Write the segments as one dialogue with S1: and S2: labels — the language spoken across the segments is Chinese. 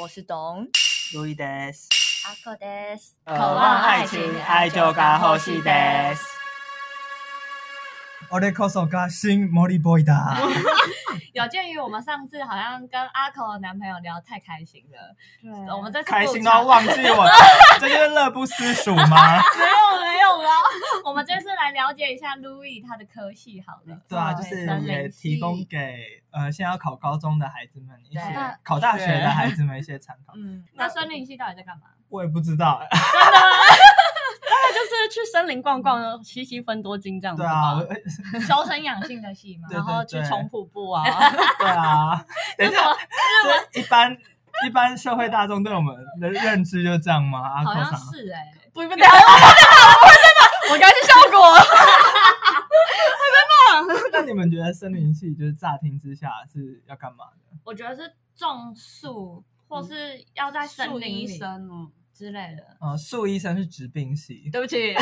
S1: 我是董
S2: 路易德斯，
S1: 阿克德斯，
S2: 渴望爱情，爱就该呼吸德斯。我的口手歌新魔力 boy 的，
S1: 有鉴于我们上次好像跟阿口的男朋友聊太开心了，
S3: 啊
S1: 我们这次
S2: 开
S1: 不
S2: 心
S1: 讲
S2: 到忘记我，这就是乐不思蜀吗？
S1: 没有没有了。我们这次来了解一下 Louis 他的科系好了。
S2: 对啊，
S3: 对
S2: 就是
S1: 森林
S2: 也提供给呃现在要考高中的孩子们一
S1: 对
S2: 些，考大学的孩子们一些参考。
S1: 嗯，那森林系到底在干嘛？
S2: 我也不知道，
S3: 就是去森林逛逛，吸吸分多精这样 子
S2: 对啊，
S3: 吧
S2: 我。
S1: 修身养性的系吗？
S2: 对
S3: 然后去冲瀑布啊，
S2: 对 啊，等一下，这一般一般社会大众对我们的认知就这样吗？啊阿
S1: 好
S2: 扣
S1: 像
S2: 上，
S1: 是哎、
S3: 不不，等一下我真的，我刚是效果。
S2: 那你们觉得森林系就是乍听之下是要干嘛的？
S1: 我觉得是种树，或是要在森林
S3: 医
S1: 里
S3: 生哦，
S1: 之类的。
S2: 呃，树医生是植病系，
S3: 对不 起，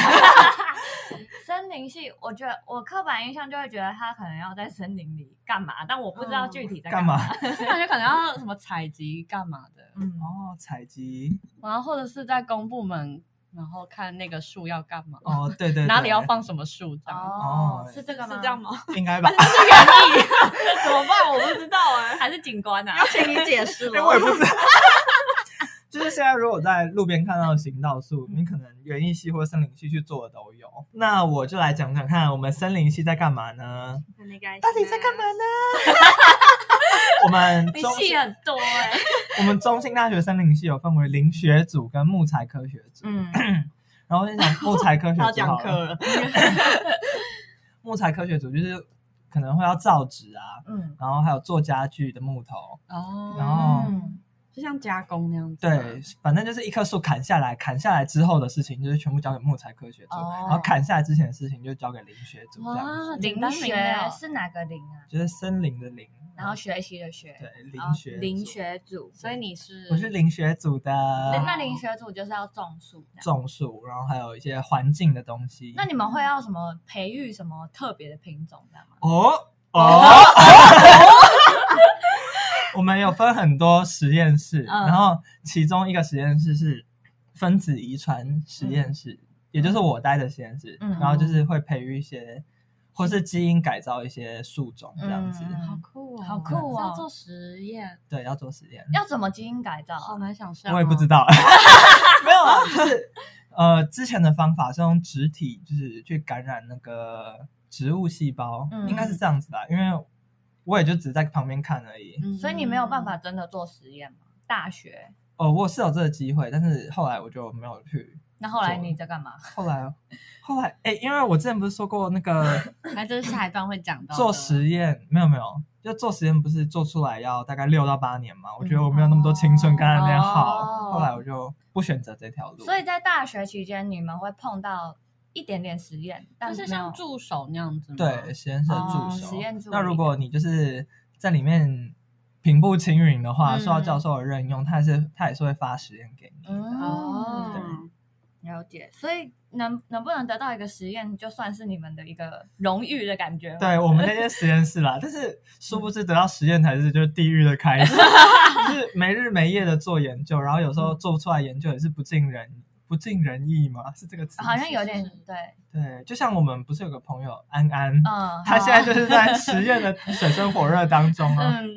S1: 森林系，我觉得我刻板印象就会觉得他可能要在森林里干嘛，但我不知道具体在
S2: 干
S1: 嘛。
S2: 嘛？
S3: 感觉可能要什么采集干嘛的，
S1: 嗯，
S2: 哦，采集，
S3: 然后或者是在公部门，然后看那个树要干嘛，
S2: 哦，对对对，
S3: 哪里要，放什么树这样。
S1: 哦
S2: 哦，
S1: 是这个吗？
S3: 是这样？吗？
S2: 应该吧？
S3: 怎么办？我不知道哎、
S1: 还是景观啊？
S3: 请你解释
S2: 因为我也不知道。就是现在，如果在路边看到行道树，你可能园艺系或森林系去做的都有。那我就来讲讲看，我们森林系在干嘛呢？到底在干嘛呢？ 我们
S1: 你
S2: 中
S1: 戏很多哎、
S2: 我们中兴大学森林系有分为林学组跟木材科学组。
S1: 嗯，
S2: 然后我就想木材科学组
S3: 要
S2: 好了
S3: 讲课了，
S2: 木材科学组就是可能会要造纸啊，
S1: 嗯，
S2: 然后还有做家具的木头，
S3: 哦
S2: 然后
S1: 嗯
S3: 就像加工那样子。
S2: 对，，反正就是一棵树砍下来，砍下来之后的事情就是全部交给木材科学组，
S1: 哦
S2: 然后砍下来之前的事情就交给林学组这样
S3: 哇
S2: 子，
S3: 简
S1: 林
S3: 单明
S1: 学
S3: 了
S1: 是哪个林啊？
S2: 就是森林的林，嗯
S1: 然后学习的学，
S2: 对
S1: 然
S2: 林
S1: 后
S2: 学
S1: 林
S2: 组，
S1: 学组，
S3: 所以你是
S2: 我是林学组的
S1: 那那林学组就是要种树这样。
S2: 种树，然后还有一些环境的东西。
S1: 那你们会要什么培育什么特别的品种，这样吗？
S2: 哦哦， 我们有分很多实验室，
S1: 嗯
S2: 然后其中一个实验室是分子遗传实验室，也就是我待的实验室，
S1: 嗯
S2: 然后就是会培育一些或是基因改造一些树种这样子，
S1: 嗯
S3: 好酷哦，
S1: 好酷哦
S3: 要做实验，
S2: 对，要做实验，
S1: 要怎么基因改造
S3: 好
S1: 啊？
S3: 难想象、
S2: 我也不知
S3: 道，
S2: 道， 没有啊，就是呃之前的方法是用植体，就是去感染那个植物细胞，
S1: 嗯
S2: 应该是这样子吧，因为我也就只在旁边看而已，
S1: 所以你没有办法真的做实验吗？大学，
S2: 哦，我是有这个机会，但是后来我就没有去。
S1: 那后来你在干嘛？
S2: 后来，后来，哎、因为我之前不是说过那 个
S3: 嗯，还真是下一段会讲到的
S2: 做实验，没有没有，就做实验不是做出来要大概六到八年嘛？我觉得我没有那么多青春跟他那样好，
S1: 哦
S2: 后来我就不选择这条路。
S1: 所以在大学期间，你们会碰到一点点实验，但
S3: 就是
S1: 没有
S3: 像助手那样子吗，
S2: 对实验室的助
S1: 哦
S2: 手，
S1: 实验助
S2: 那如
S1: 理
S2: 果你就是在里面平步青云的话，受到
S3: 嗯
S2: 教授的任用，他也是他也是会发实验给你的。
S1: 嗯，
S3: 哦，
S1: 了解。所以能能不能得到一个实验，就算是你们的一个荣誉的感觉吗。
S2: 对我们那些实验室 啦，但是殊不知得到实验才是就是地狱的开始，就是没日没夜的做研究，然后有时候做出来研究也是不尽人不尽人意嘛，是这个词吗。
S1: 好像有点
S3: 是是
S1: 对，
S2: 对，就像我们不是有个朋友安安，
S1: 嗯，
S2: 他现在就是在实验的水深火热当中
S1: 好
S2: 啊，
S1: 嗯，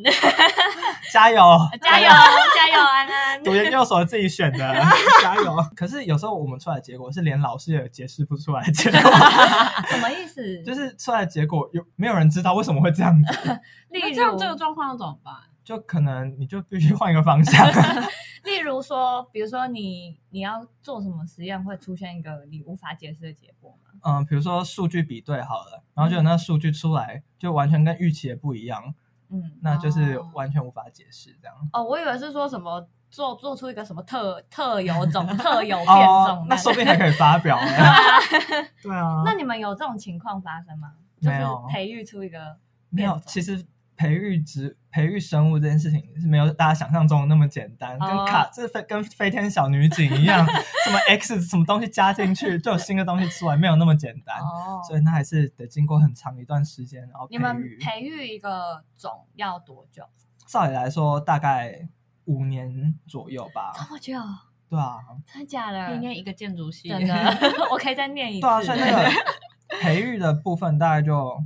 S2: 加油！
S1: 加 油加油，安安，
S2: 读研究所自己选的， 加油！可是有时候我们出来的结果是连老师也解释不出来的 结果，
S1: 什么意思？
S2: 就是出来的结果有没有人知道为什么会这样子？
S1: 例
S3: 那
S1: 如
S3: 这样这个状况要怎么办？
S2: 就可能你就必须换一个方向。
S1: 例如说，比如说你你要做什么实验，会出现一个你无法解释的结果吗？
S2: 嗯，比如说数据比对好了，然后就有那数据出来就完全跟预期的不一样，
S1: 嗯，
S2: 那就是
S3: 哦
S2: 完全无法解释这样。
S1: 哦，我以为是说什么做做出一个什么特特有种、特有变
S2: 哦
S1: 种，
S2: 那
S1: 那
S2: 说
S1: 种。
S2: 不定 还可以发表呢。对啊，
S1: 那你们有这种情况发生吗？就
S2: 没
S1: 是
S2: 有
S1: 培育出一个
S2: 没有
S1: 变，种
S2: 其实培育植培育生物这件事情是没有大家想象中的那么简单，
S1: 哦
S2: 跟卡这飞跟飞天小女警一样，什么 X 什么东西加进去就有新的东西出来，没有那么简单。
S1: 哦，
S2: 啊所以那还是得经过很长一段时间，然后
S1: 你们
S2: 培育
S1: 培育一个种要多久？
S2: 照理来说，大概五年左右吧。
S1: 这么久，
S2: 对啊，
S1: 真的假的
S3: 应？该一个建筑系，
S1: 真 的， 我可以再念一次。
S2: 对啊，所以那 个培育的部分大概就，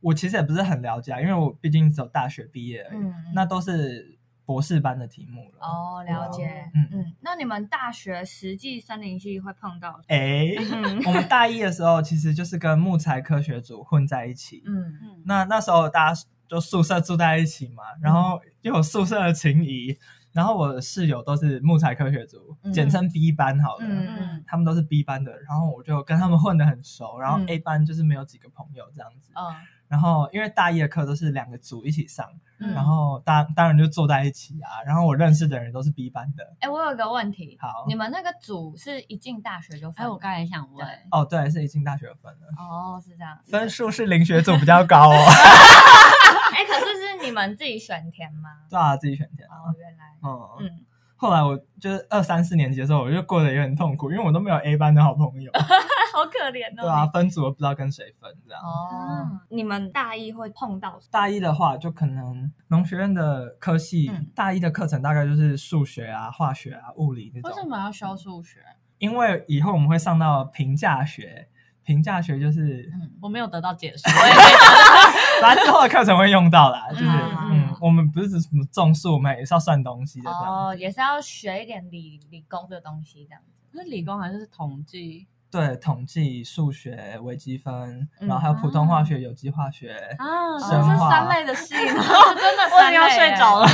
S2: 我其实也不是很了解啊，因为我毕竟只有大学毕业而已，
S1: 嗯，
S2: 那都是博士班的题目了。
S1: 哦，了解。
S2: 嗯
S1: 嗯，那你们大学实际森林系会碰到？
S2: 哎，
S1: 嗯
S2: 我们大一的时候其实就是跟木材科学组混在一起，
S1: 嗯，
S3: 嗯，
S2: 那那时候大家就宿舍住在一起嘛，然后
S1: 嗯
S2: 又有宿舍的情谊，然后我的室友都是木材科学组，
S1: 嗯
S2: 简称 B 班好了。
S1: 嗯
S3: 嗯
S2: 他们都是 B 班的，然后我就跟他们混得很熟，然后
S1: 嗯
S2: A 班就是没有几个朋友这样子。
S1: 嗯
S2: 然后因为大一的课都是两个组一起上，
S1: 嗯。
S2: 然后当当然就坐在一起啊。然后我认识的人都是 B 班的，
S1: 哎，我有个问题，
S2: 好
S1: 你们那个组是一进大学就分？
S3: 哎，我刚才也想问，
S1: 对
S2: 哦，对，是一进大学分了，
S1: 哦，是这样。
S2: 分数是林学组比较高哦。
S1: 哎，可是是你们自己选填 吗？
S2: 对啊，自己选填啊。
S1: 哦，原来，
S2: 嗯，
S1: 嗯，
S2: 后来我就是二三四年级的时候，我就过得也很痛苦，因为我都没有 A 班的 好朋友，
S1: 好可怜哦。
S2: 对啊，分组我不知道跟谁分这样。
S1: 哦，
S3: 啊
S1: 你们大一会碰到什
S2: 大一的话，就可能农学院的科系，
S1: 嗯
S2: 大一的课程大概就是数学啊、化学啊、物理那
S3: 为什
S2: 种。
S3: 么要修数学？
S2: 因为以后我们会上到评价学，评价学就是
S3: 我没有得到 解释，
S2: 反正之后的课程会用到啦，就是
S1: 嗯
S2: 嗯我们不是只是什么种树，我们也是要算东西的
S1: 么？
S2: 这样。
S1: 哦，也是要学一点理理工的东西，这样子。
S3: 是理工还是统计
S2: 对，统计、数学、微积分，
S1: 嗯
S2: 然后还有普通化学、有机化学，
S3: 啊？
S2: 生
S3: 这是
S2: 化
S3: 三哦类的系 吗？
S1: 真的
S3: 我已经要睡着了。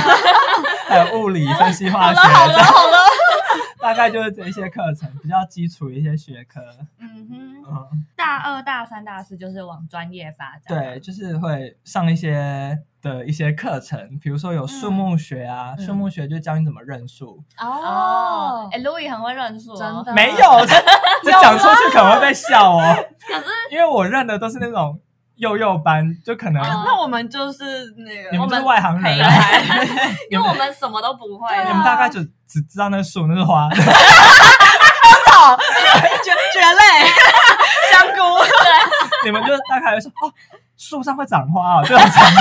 S2: 还有物理、分析化学。
S3: 好了好了，
S2: 大概就是这一些课程，比较基础的一些学科。
S1: 嗯哼，
S2: 嗯，
S1: 大二、大三、大四就是往专业发展。
S2: 对，，就是会上一些的一些课程，比如说有树木学啊，
S1: 嗯
S2: 树木学就教你怎么认树。
S1: 哦，哎，Louis 很会认数哦，
S3: 真的嗯
S2: 没有，这这讲出去可能会被笑哦。
S1: 可是
S2: 因为我认的都是那种幼幼班，就可能
S1: 哦
S3: 那我们就是那个
S2: 你
S1: 我
S2: 们就
S1: 们
S2: 是 外行
S1: 陪
S2: 人啊，
S1: 来，因为我们什么都不会。
S3: 对
S2: 你
S3: 啊
S2: 们大概就只知道那树那是花。
S3: 草，蕨蕨类、香菇，
S2: 你们就大概会说哦，树上会长花哦，这种常识。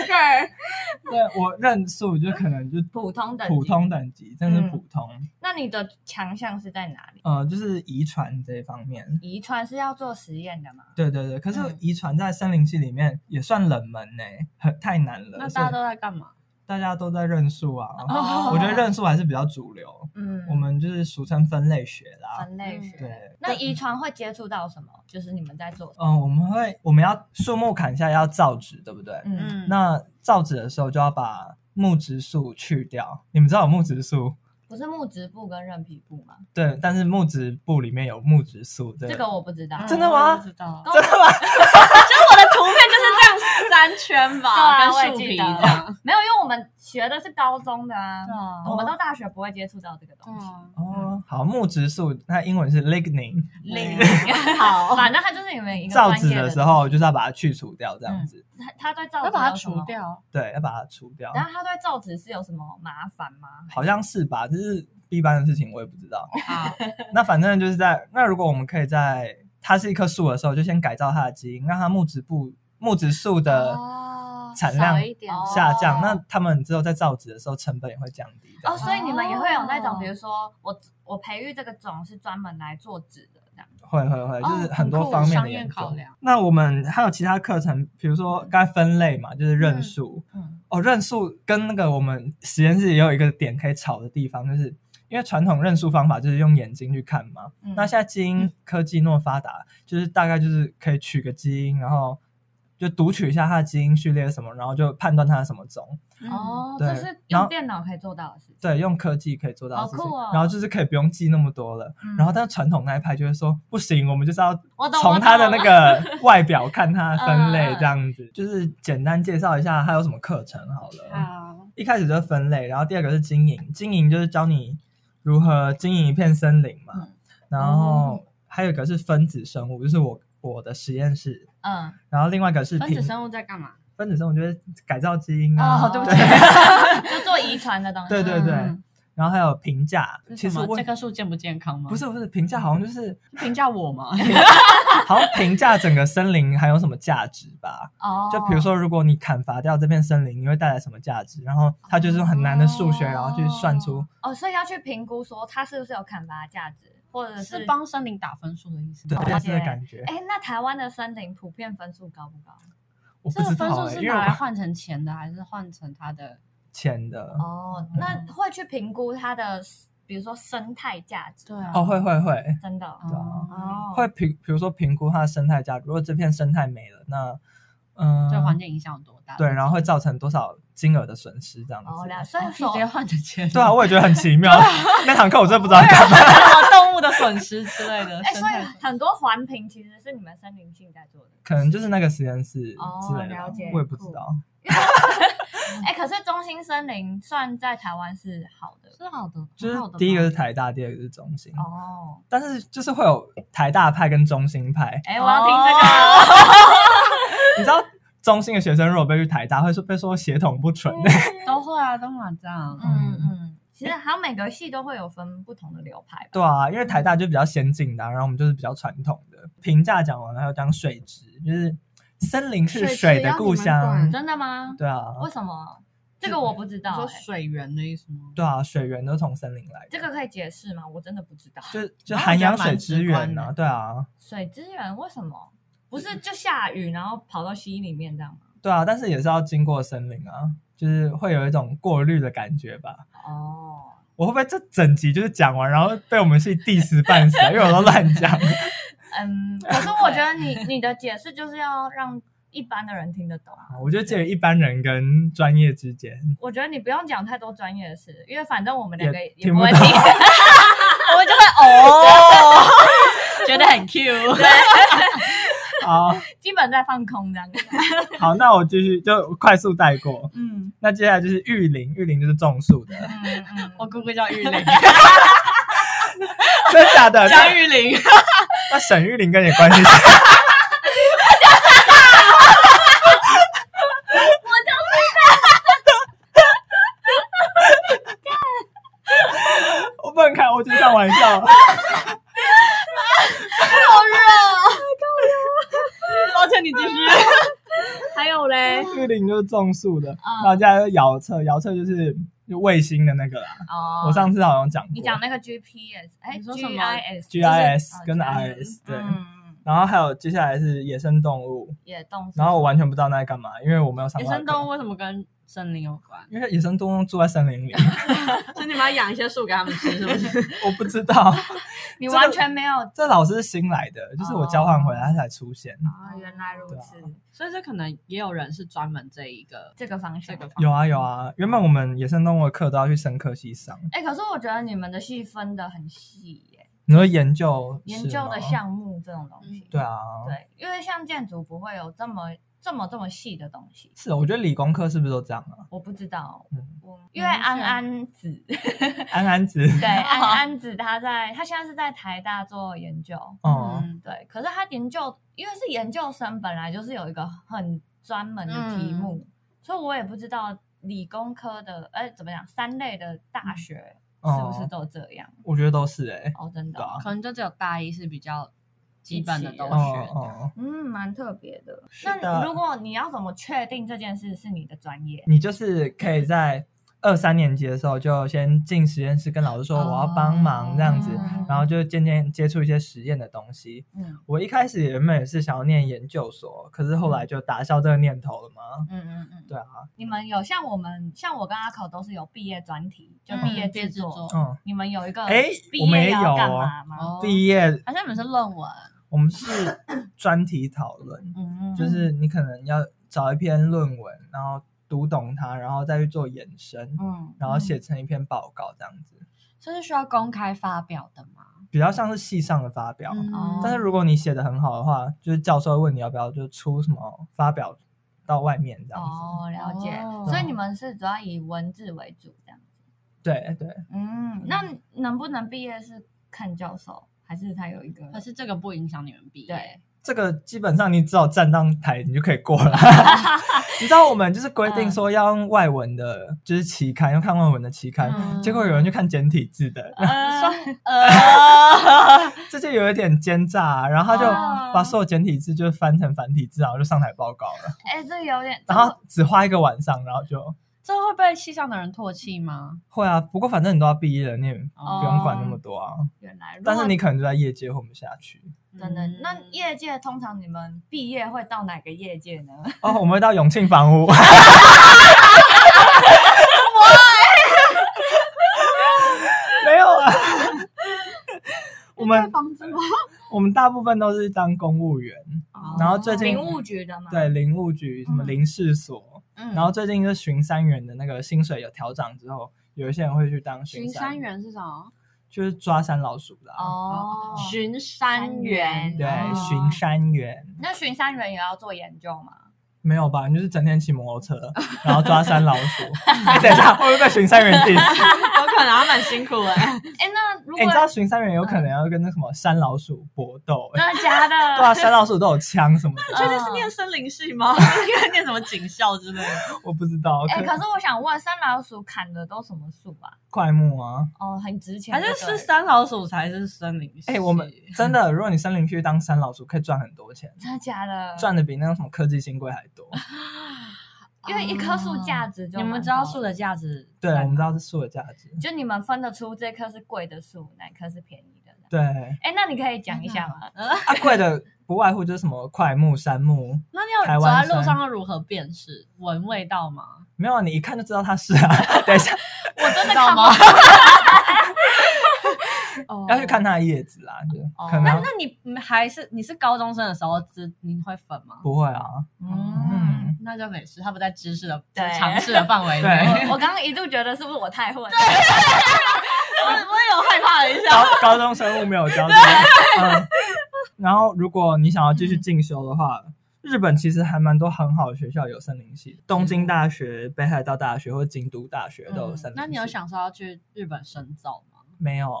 S1: 对，
S2: 对我认树就可能就
S1: 普通等级嗯
S2: 普通等级，真的是普通。
S1: 那你的强项是在哪里？
S2: 呃，就是遗传这一方面。
S1: 遗传是要做实验的吗？
S2: 对对对，可是
S1: 嗯
S2: 遗传在森林系里面也算冷门呢、很太难了。
S3: 那
S2: 所以
S3: 大家都在干嘛？
S2: 大家都在认树啊，
S3: 哦
S2: 我觉得认树还是比较主流。
S1: 嗯，
S2: 我们就是俗称分类学啦。
S1: 分类学。
S2: 对
S1: 那遗传会接触到什么？就是你们在做什么。
S2: 嗯、我们会我们要树木砍下要造纸，对不对？
S1: 嗯，
S2: 那造纸的时候就要把木质素去掉。你们知道有木质素？
S1: 不是木质部跟韧皮部吗？
S2: 对，但是木质部里面有木质素。对
S1: 这个我不知道。
S2: 真的吗
S3: 我不知道，
S1: 真的
S3: 我的图片就是这样三圈
S1: 对啊
S3: 吧，
S1: 我也
S3: 跟树
S1: 记
S3: 皮
S1: 得
S3: 这样。
S1: 没有，因为我们学的是高中的啊，
S3: 啊
S1: 我们到大学不会接触到这个
S3: 嗯
S1: 东西。
S2: 哦，好，木质素它英文是 lignin，
S1: 零，
S3: 嗯好，
S1: 反正它就是你们一个
S2: 造
S1: 专
S2: 纸
S1: 业
S2: 的
S1: 的嗯
S2: 时，候就是要把它去除掉，这样子，
S1: 它它对造纸
S3: 要把它
S1: 有什
S3: 除
S1: 么。
S3: 掉。
S2: 对，要把它除掉，
S1: 然后它对造纸是有什么麻烦吗？
S2: 好像是吧？这是一般的事情，我也不知 道。
S3: 好，
S2: 那反正就是在那，如果我们可以在它是一棵树的时候，就先改造它的基因，让它木质部木质素的
S1: 哦
S2: 产量
S3: 少一点
S1: 哦
S2: 下降，那他们之后在造纸的时候成本也会降低。这样
S1: 哦，所以你们也会有那种，
S3: 哦
S1: 比如说我我培育这个种是专门来做纸的这样。
S2: 会会会，就
S3: 哦
S2: 是
S3: 很
S2: 很多
S3: 酷
S2: 方面
S3: 商
S2: 的
S3: 业
S2: 研究。
S3: 考量
S2: 那我们还有其他课程，比如说该分类嘛，就是认
S3: 嗯
S2: 数。
S1: 嗯
S2: 哦，认数跟那个我们实验室也有一个点可以吵的地方，就是因为传统认数方法就是用眼睛去看嘛。
S1: 嗯
S2: 那现在基因科技那么发达，就是大概就是可以取个基因，然后就读取一下它的基因序列什么，然后就判断它是什么种。
S1: 哦，
S3: 哦，
S2: 对
S1: 这是
S2: 然后
S1: 用电脑可以做到的事情。
S2: 对，用科技可以做到的
S1: 好
S2: 事情，
S1: 酷哦
S2: 然后就是可以不用记那么多了。
S1: 嗯
S2: 然后，但是传统那一派就会说，不行，我们就是要
S1: 我懂
S2: 从它的那，
S1: 我懂
S2: 个外表看它的分
S1: 嗯嗯，
S2: 类
S1: 嗯
S2: 这样子。就是简单介绍一下它有什么课程好
S3: 嗯
S2: 了。
S3: 好，
S2: 一开始就是分类，然后第二个是经营，经营就是教你如何经营一片森林嘛。
S1: 嗯
S2: 然
S3: 哦
S2: 后还有一个是分子生物，就是我我的实验室。
S1: 嗯，
S2: 然后另外一个是
S3: 分子
S2: 品
S3: 生物在干嘛？
S2: 分子生物，就是改造基因啊。
S1: 哦，对不起，就做遗传的东西。
S2: 对对对
S3: 嗯
S2: 然后还有评价。
S3: 是
S2: 其
S3: 什
S2: 实
S3: 么
S2: 我
S3: 这棵树健不健康吗？
S2: 不是不是评价，好像就是
S3: 评价我 吗？啊
S2: 好像评价整个森林还有什么价值吧。
S1: 哦，
S2: 就比如，说，如果你砍伐掉这片森林，你会带来什么价值？然后它就是用很难的数学，
S3: 哦
S2: 然后去算出。
S1: 哦，所以要去评估说它是不是有砍伐价值，或者
S3: 是
S1: 是。
S3: 帮森林打分数的意思
S2: 对
S3: 吗？，
S2: 类似的感觉，
S1: 哎，那台湾的森林普遍分数高不高？
S2: 我不
S3: 这个
S2: 知
S3: 分
S2: 道、
S3: 数
S2: 欸，
S3: 是
S2: 因为
S3: 拿来
S2: 我
S3: 换成钱的，还是换成它的？
S2: 钱的
S1: 哦，
S2: 嗯
S1: 那会去评估它的，比如说生态价值。
S3: 对啊
S2: 哦，会会会
S1: 真的哦。
S2: 对啊
S3: 哦，
S1: 哦
S2: 会评，比如说评估它的生态价值。如果这片生态没了，那嗯，
S3: 对环境影响有多大？
S2: 对，然后会造成多少金额的损失这样子。
S1: 哦，了，所以
S3: 直
S1: 说
S3: 接换成钱。
S2: 对啊，我也觉得很奇妙。那堂课我真的不知道在干嘛。
S3: 什么动物的损失之类 的。
S1: 哎，
S3: 生
S1: 所
S3: 态
S1: 以很多环评其实是你们森林性在做的。
S2: 可能就是那个实验室
S1: 哦
S2: 之类的吧，
S1: 了解
S2: 我也不知道。
S1: 哎，可是中心森林算在台湾是好的
S3: 是好的，
S2: 就是
S3: 很好的
S2: 第一个
S3: 吧
S2: 是台大，第二个是中心，
S1: 哦。。
S2: 但是就是会有台大派跟中心派
S1: 哎，我要听这个。
S3: 哦
S2: 你知道中心的学生如果被去台大，会说被说血统不 纯。
S3: 都会啊，都嘛这样。
S1: 嗯嗯，其实好像每个系都会有分不同的流派吧。
S2: 对啊，因为台大就比较先进的啊、然后我们就是比较传统的。评价讲完了，还有讲水质，就是森林是
S4: 水质
S2: 水的
S4: 要
S2: 故
S4: 你们管
S2: 乡。
S1: 真的吗？
S2: 对啊，
S1: 为什么？这个我不知
S3: 你
S1: 道
S3: 说
S1: 哎。
S3: 水源的意思吗？
S2: 对啊，水源都从森林来的。
S1: 这个可以解释吗？我真的不知道。
S2: 就就
S3: 然后
S2: 涵
S3: 我觉得
S2: 养
S3: 蛮
S2: 水
S3: 直
S2: 资源
S3: 观
S2: 呢、
S3: 的
S2: 对啊，
S1: 水资源为什么不是就下雨然后跑到溪里面这样吗？
S2: 对啊，但是也是要经过森林啊，就是会有一种过滤的感觉吧。
S1: 哦，
S2: 我会不会这整集就是讲完，然后被我们系 diss 半死、啊？因为我都乱 讲。
S1: 嗯，可是我觉得你你的解释就是要让一般的人听得懂啊。
S2: 我觉得介于一般人跟专业之间，
S1: 我觉得你不用讲太多专业的事，因为反正我们两个
S2: 也
S1: 也
S2: 听不
S1: 会
S2: 懂
S1: 听，
S3: 我们就会哦，觉得很 Q。
S2: 好
S1: 基本在放空这样。
S2: 好，那我继续就快速带过。
S1: 嗯
S2: 那接下来就是玉林，玉林就是种树的，
S1: 嗯嗯，
S3: 我姑姑叫 玉玲，
S2: 真的假的？
S3: 叫
S2: 那
S3: 玉玲，
S2: 那沈玉林跟你关系是？ 我不能开，我只是开玩笑。
S1: 好热。哦
S3: 抱歉，你继续。
S1: 还有嘞，
S2: 玉林就是种树的，
S1: 嗯
S2: 然后接下来就是遥测，遥测就是就卫星的那个啦。
S1: 哦，
S2: 我上次好像讲过，
S1: 你讲那个 GPS，哎
S3: 你说什么
S1: ，GIS，
S2: GIS 跟
S1: 就是哦
S2: RS 对，
S1: 嗯嗯，嗯
S2: 然后还有接下来是野生动物，
S1: 野动。
S2: 然后我完全不知道那在干嘛，因为我没有上
S3: 野
S2: 过它的
S3: 生动物
S2: 课。
S3: 为什么跟森林有关？
S2: 因为野生动物住在森林里，
S4: 所以你们要养一些树给他们吃，是不是？
S2: 我不 知道。
S1: 你
S2: 这个
S1: 完全没有
S2: 这老师是新来的，就是我交换回
S1: 哦
S2: 来他才出现。
S1: 啊，原来如此，
S3: 所以这可能也有人是专门这一个
S1: 这个方向
S3: 这。个方
S2: 有啊有啊，原本我们野生动物的课都要去生科系上，
S1: 哎、可是我觉得你们的戏分的很细耶，
S2: 你说研究
S1: 研
S2: 是啊
S1: 究
S2: 吗
S1: 的项目这种东西。
S2: 对啊，
S1: 对，因为像建筑不会有这么这么这么细的东西，
S2: 是哦我觉得理工科是不是都这样啊？
S1: 我不知道。
S2: 嗯
S1: 我因为安安子，
S2: 安安子，
S1: 对安安子，他在他现在是在台大做研究，
S2: 哦、
S3: 嗯
S1: 对，可是他研究因为是研究生，本来就是有一个很专门的题目，所以我也不知道理工科的，哎、怎么讲，三类的大学是不是
S2: 哦
S1: 都这样？
S2: 我觉得都是哎、
S1: 哦，真的
S2: 对
S1: 哦、
S2: 啊
S3: 可能就只有大一是比较基本的都
S1: 我
S2: 哦
S3: 学。
S2: 哦，
S1: 嗯，蛮特别的。
S2: 是的
S1: 那如果你要怎么确定这件事是你的专业？
S2: 你就是可以在二三年级的时候就先进实验室跟老师说我要帮忙这样子，
S1: 哦
S2: 然后就渐渐接触一些实验的东西。
S1: 嗯
S2: 我一开始原本也是想要念研究所，可是后来就打消这个念头了嘛。
S1: 嗯嗯嗯，
S2: 对啊，
S1: 你们有像我们，像我跟阿口都是有毕业专题，就
S3: 嗯
S1: 毕业
S3: 毕业
S1: 制
S3: 制
S1: 作
S3: 作。
S2: 嗯，
S1: 你们有一个
S2: 哎
S1: 毕
S2: 我们
S1: 业
S2: 也
S1: 要
S2: 有
S1: 干
S2: 哦
S1: 嘛吗？
S2: 毕业
S3: 好像你们是论文，
S2: 我们是专题讨论，
S1: 嗯，嗯
S2: 就是你可能要找一篇论文，然后读懂它，然后再去做延伸，
S1: 嗯，
S2: 然后写成一篇报告这样子，
S3: 这是需要公开发表的吗？
S2: 比较像是系上的发表。
S4: 嗯
S1: 哦
S2: 但是如果你写的很好的话，就是教授会问你要不要就出什么发表到外面这样子。
S1: 哦，了解。
S3: 哦
S1: 所以你们是主要以文字为主这样子。
S2: 对对，
S1: 嗯，那能不能毕业是看教授，还是他有一个？
S3: 可是这个不影响你们毕业。
S1: 对，
S2: 这个基本上你只要站上台，你就可以过 了。你知道我们就是规
S1: 嗯
S2: 定说要用外文的，就是期刊要看外文的期刊，
S3: 嗯
S2: 结果有人去看简体字的，
S1: 呃，
S3: 呃，
S2: 这就有一点奸诈啊、然后他就
S1: 哦
S2: 把所有简体字就是翻成繁体字，然后就上台报告了，
S1: 哎，这有点，
S2: 然后只花一个晚上，然后就
S3: 这会被系上的人唾弃吗？
S2: 会啊。不过反正你都要毕业了，你也不
S1: 哦
S2: 用管那么多啊。
S1: 原来，如果
S2: 但是你可能就在业界混不下去
S1: 真的，
S2: 嗯
S4: 嗯
S1: 那业界通常你们毕业会到哪个业界呢？
S2: 哦。我们会到永庆房屋，没有啊。我们
S4: 房 子吗？
S2: 我们大部分都是当公务员，然后最近
S1: 民务哦局的嘛，
S2: 对，林务局、什么
S1: 嗯
S2: 林事所，
S1: 嗯，
S2: 然后最近就是巡山员的那个薪水有调涨之后，有一些人会去当
S3: 巡
S2: 山
S3: 山，员是什么？
S2: 就是抓山老鼠的、啊。
S1: 哦，
S4: 巡山
S1: 员
S4: 员，
S2: 对，
S1: 哦
S2: 巡山员
S1: 那巡山员也要做研究吗？
S2: 没有吧？你就是整天骑摩托车，然后抓山老鼠。哎，等一下，会不会被巡山员 diss？
S4: 有可能还蛮辛苦哎。
S1: 哎，那如果
S2: 哎，你知道巡山员有
S1: 嗯
S2: 可能要跟那什么山老鼠搏斗、 哎
S1: 真的假的？
S2: 对啊，山老鼠都有枪什么的，
S4: 确
S1: 嗯
S4: 定是念森林系吗？ 应该念什么警校之类的？
S2: 我不知道。
S1: 哎，可
S2: 可
S1: 是我想问，山老鼠砍的都什么树啊？
S2: 快木啊，
S1: 哦，很值钱
S4: 还
S1: 就对
S4: 是
S1: 了，
S4: 是山老鼠才是森林系？
S2: 哎、我们真的，如果你森林去当山老鼠，可以赚很多钱，
S1: 真的假的？
S2: 赚的比那种什么科技新贵还多。
S1: 因为一棵树价值就
S2: 哦
S3: 你们
S1: 蛮
S3: 知道
S1: 高
S3: 树
S1: 的，
S3: 的价值？
S2: 对，我们知道是树的价值。
S1: 就你们分得出这棵是贵的树，哪棵是便宜的？
S2: 对，啊，
S1: 哎，那你可以讲一下吗？
S2: 贵的不外乎就是什么快木、杉木，
S3: 那你有
S2: 台
S3: 走
S2: 湾
S3: 在
S2: 山
S3: 路上要如何辨识？闻味道吗？
S2: 没有啊，你一看就知道它是啊。 等一下
S1: 我真
S3: 知道吗？ 哦
S2: 要去看它的叶子啦，就
S1: 哦
S2: 可能
S3: 那
S2: 要
S3: 那你嗯还是你是高中生的时候知你会粉吗？
S2: 不会啊。
S1: 嗯，
S2: 嗯，
S3: 那就没事，他不在知识的
S1: 对
S3: 尝试的范围内。
S2: 对
S1: 我我刚刚一度觉得是不是我太混了？
S4: 我我也有害怕了一下。
S2: 高 高中生物没有教这个。嗯，然后如果你想要继续进修的话。日本其实还蛮多很好的学校有森林系的，东京大学、北海道大学或京都大学都有森林系。
S3: 嗯那你有想说要去日本深造吗？
S2: 没有，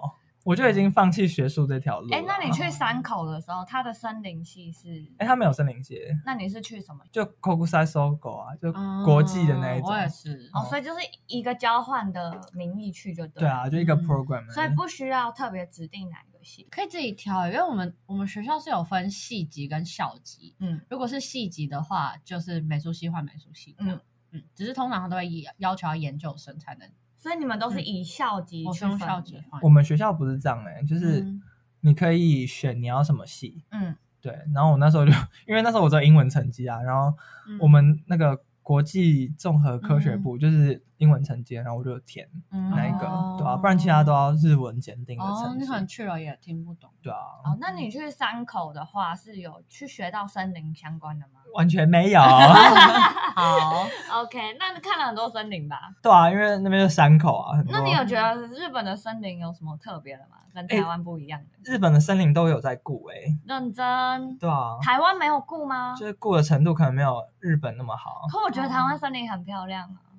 S2: 我就已经放弃学术这条路了。
S3: 哦
S1: 哎，那你去山口的时候，它的森林系是？
S2: 哎，他们有森林节，
S1: 那你是去什么？
S2: 就 Kokusai Sogo 啊，就国际的那一种。
S3: 哦嗯我也是。
S1: 哦，所以就是一个交换的名义去就对。
S2: 对，啊，就一个
S3: 嗯
S2: program 而已。
S1: 所以不需要特别指定哪个系。
S3: 可以自己挑，因为我们我们学校是有分系级跟校级。
S1: 嗯，
S3: 如果是系级的话，就是美术系换美术系。嗯
S1: 嗯
S3: 嗯，只是通常都会要要求要研究生才能，
S1: 所以你们都是以校级
S3: 我
S1: 去
S3: 哦是用
S1: 分的
S3: 校级换。
S2: 我们学校不是这样哎、就是
S3: 嗯
S2: 你可以选你要什么系。
S1: 嗯，
S2: 对，然后我那时候就，因为那时候我只有英文成绩啊，然后
S3: 嗯
S2: 我们那个国际综合科学部就是英文成绩，然后我就填
S1: 嗯
S2: 哪一个，
S3: 哦
S2: 对啊，不然其他都要日文检定的
S3: 哦，
S2: 成
S3: 你
S2: 绩，
S3: 可能去了也听不懂。
S2: 对啊，
S1: 哦，那你去山口的话，是有去学到森林相关的吗
S2: 完全没 有，
S3: 好，
S1: ？OK，那你看了很多森林吧？
S2: 对啊，因为那边就山口啊，很多
S1: 那你有觉得日本的森林有什么特别的吗？跟台湾不一样的？
S2: 日本的森林都有在顾哎、
S1: 认真，
S2: 对啊，
S1: 台湾没有顾吗？
S2: 就是顾的程度可能没有日本那么好。
S1: 可我觉得台湾森林很漂亮
S3: 哦
S1: 啊，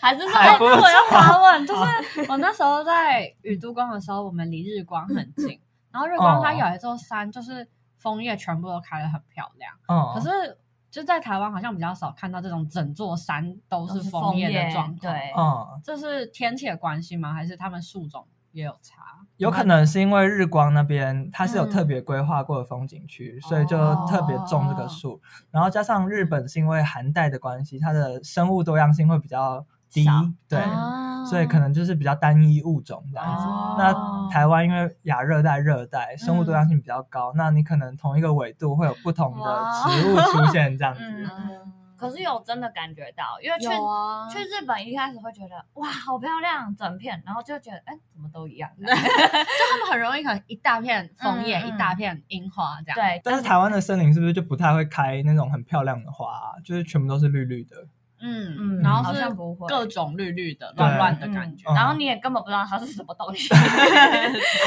S1: 还是
S2: 还不
S1: 说哎
S2: 错
S3: 我要发问， 就是我那时候在宇都宫的时候，我们离日光很 近，然后日光它有一座山，就是枫叶全部都开得很漂亮。
S1: 哦
S2: 嗯，
S3: 可是就在台湾好像比较少看到这种整座山都
S1: 都
S3: 是
S1: 是
S3: 枫叶的
S1: 枫叶
S3: 状况。
S1: 对
S2: 嗯，
S3: 这是天气的关系吗？还是他们树种也有差？
S2: 有可能是因为日光那边它是
S1: 嗯
S2: 有特别规划过的风景区，所以就
S1: 哦
S2: 特别种这个树。然后加上日本是因为寒带的关系，它的生物多样性会比较低
S1: 少，
S2: 对，
S3: 啊
S2: 所以可能就是比较单一物种这样子。
S1: 哦嗯
S2: 那台湾因为亚热带、热带生物多样性比较高，那你可能同一个纬度会有不同的
S3: 哇
S2: 植物出现这样子。
S1: 嗯
S3: 嗯
S1: 可是有真的感觉到，因为去、
S3: 有啊，
S1: 去日本一开始会觉得哇好漂亮整片，然后就觉得哎怎么都一 样，
S3: 他们很容易可能一大片枫叶，
S1: 嗯嗯
S3: 一大片樱花这样。
S1: 对，
S2: 但是台湾的森林是不是就不太会开那种很漂亮的花啊、就是全部都是绿绿的？
S3: 嗯
S1: 嗯，
S3: 然后
S1: 好
S3: 是
S1: 像不会
S3: 各种绿绿的、乱乱的感觉。
S2: 嗯
S1: 然后你也根本不知道它是什么东 西。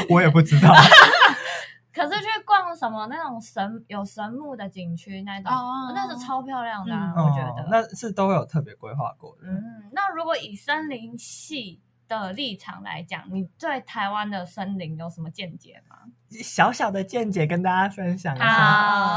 S2: 我也不知道。
S1: 可是去逛什么那种神有神木的景区那种，
S3: 哦
S1: 那是超漂亮的啊、
S2: 哦
S3: 嗯
S1: 我觉得。
S2: 嗯
S1: 嗯
S2: 那是都会有特别规划过的。
S1: 嗯，那如果以森林系的立场来讲，你对台湾的森林有什么见解吗？
S2: 小小的见解跟大家分享一下，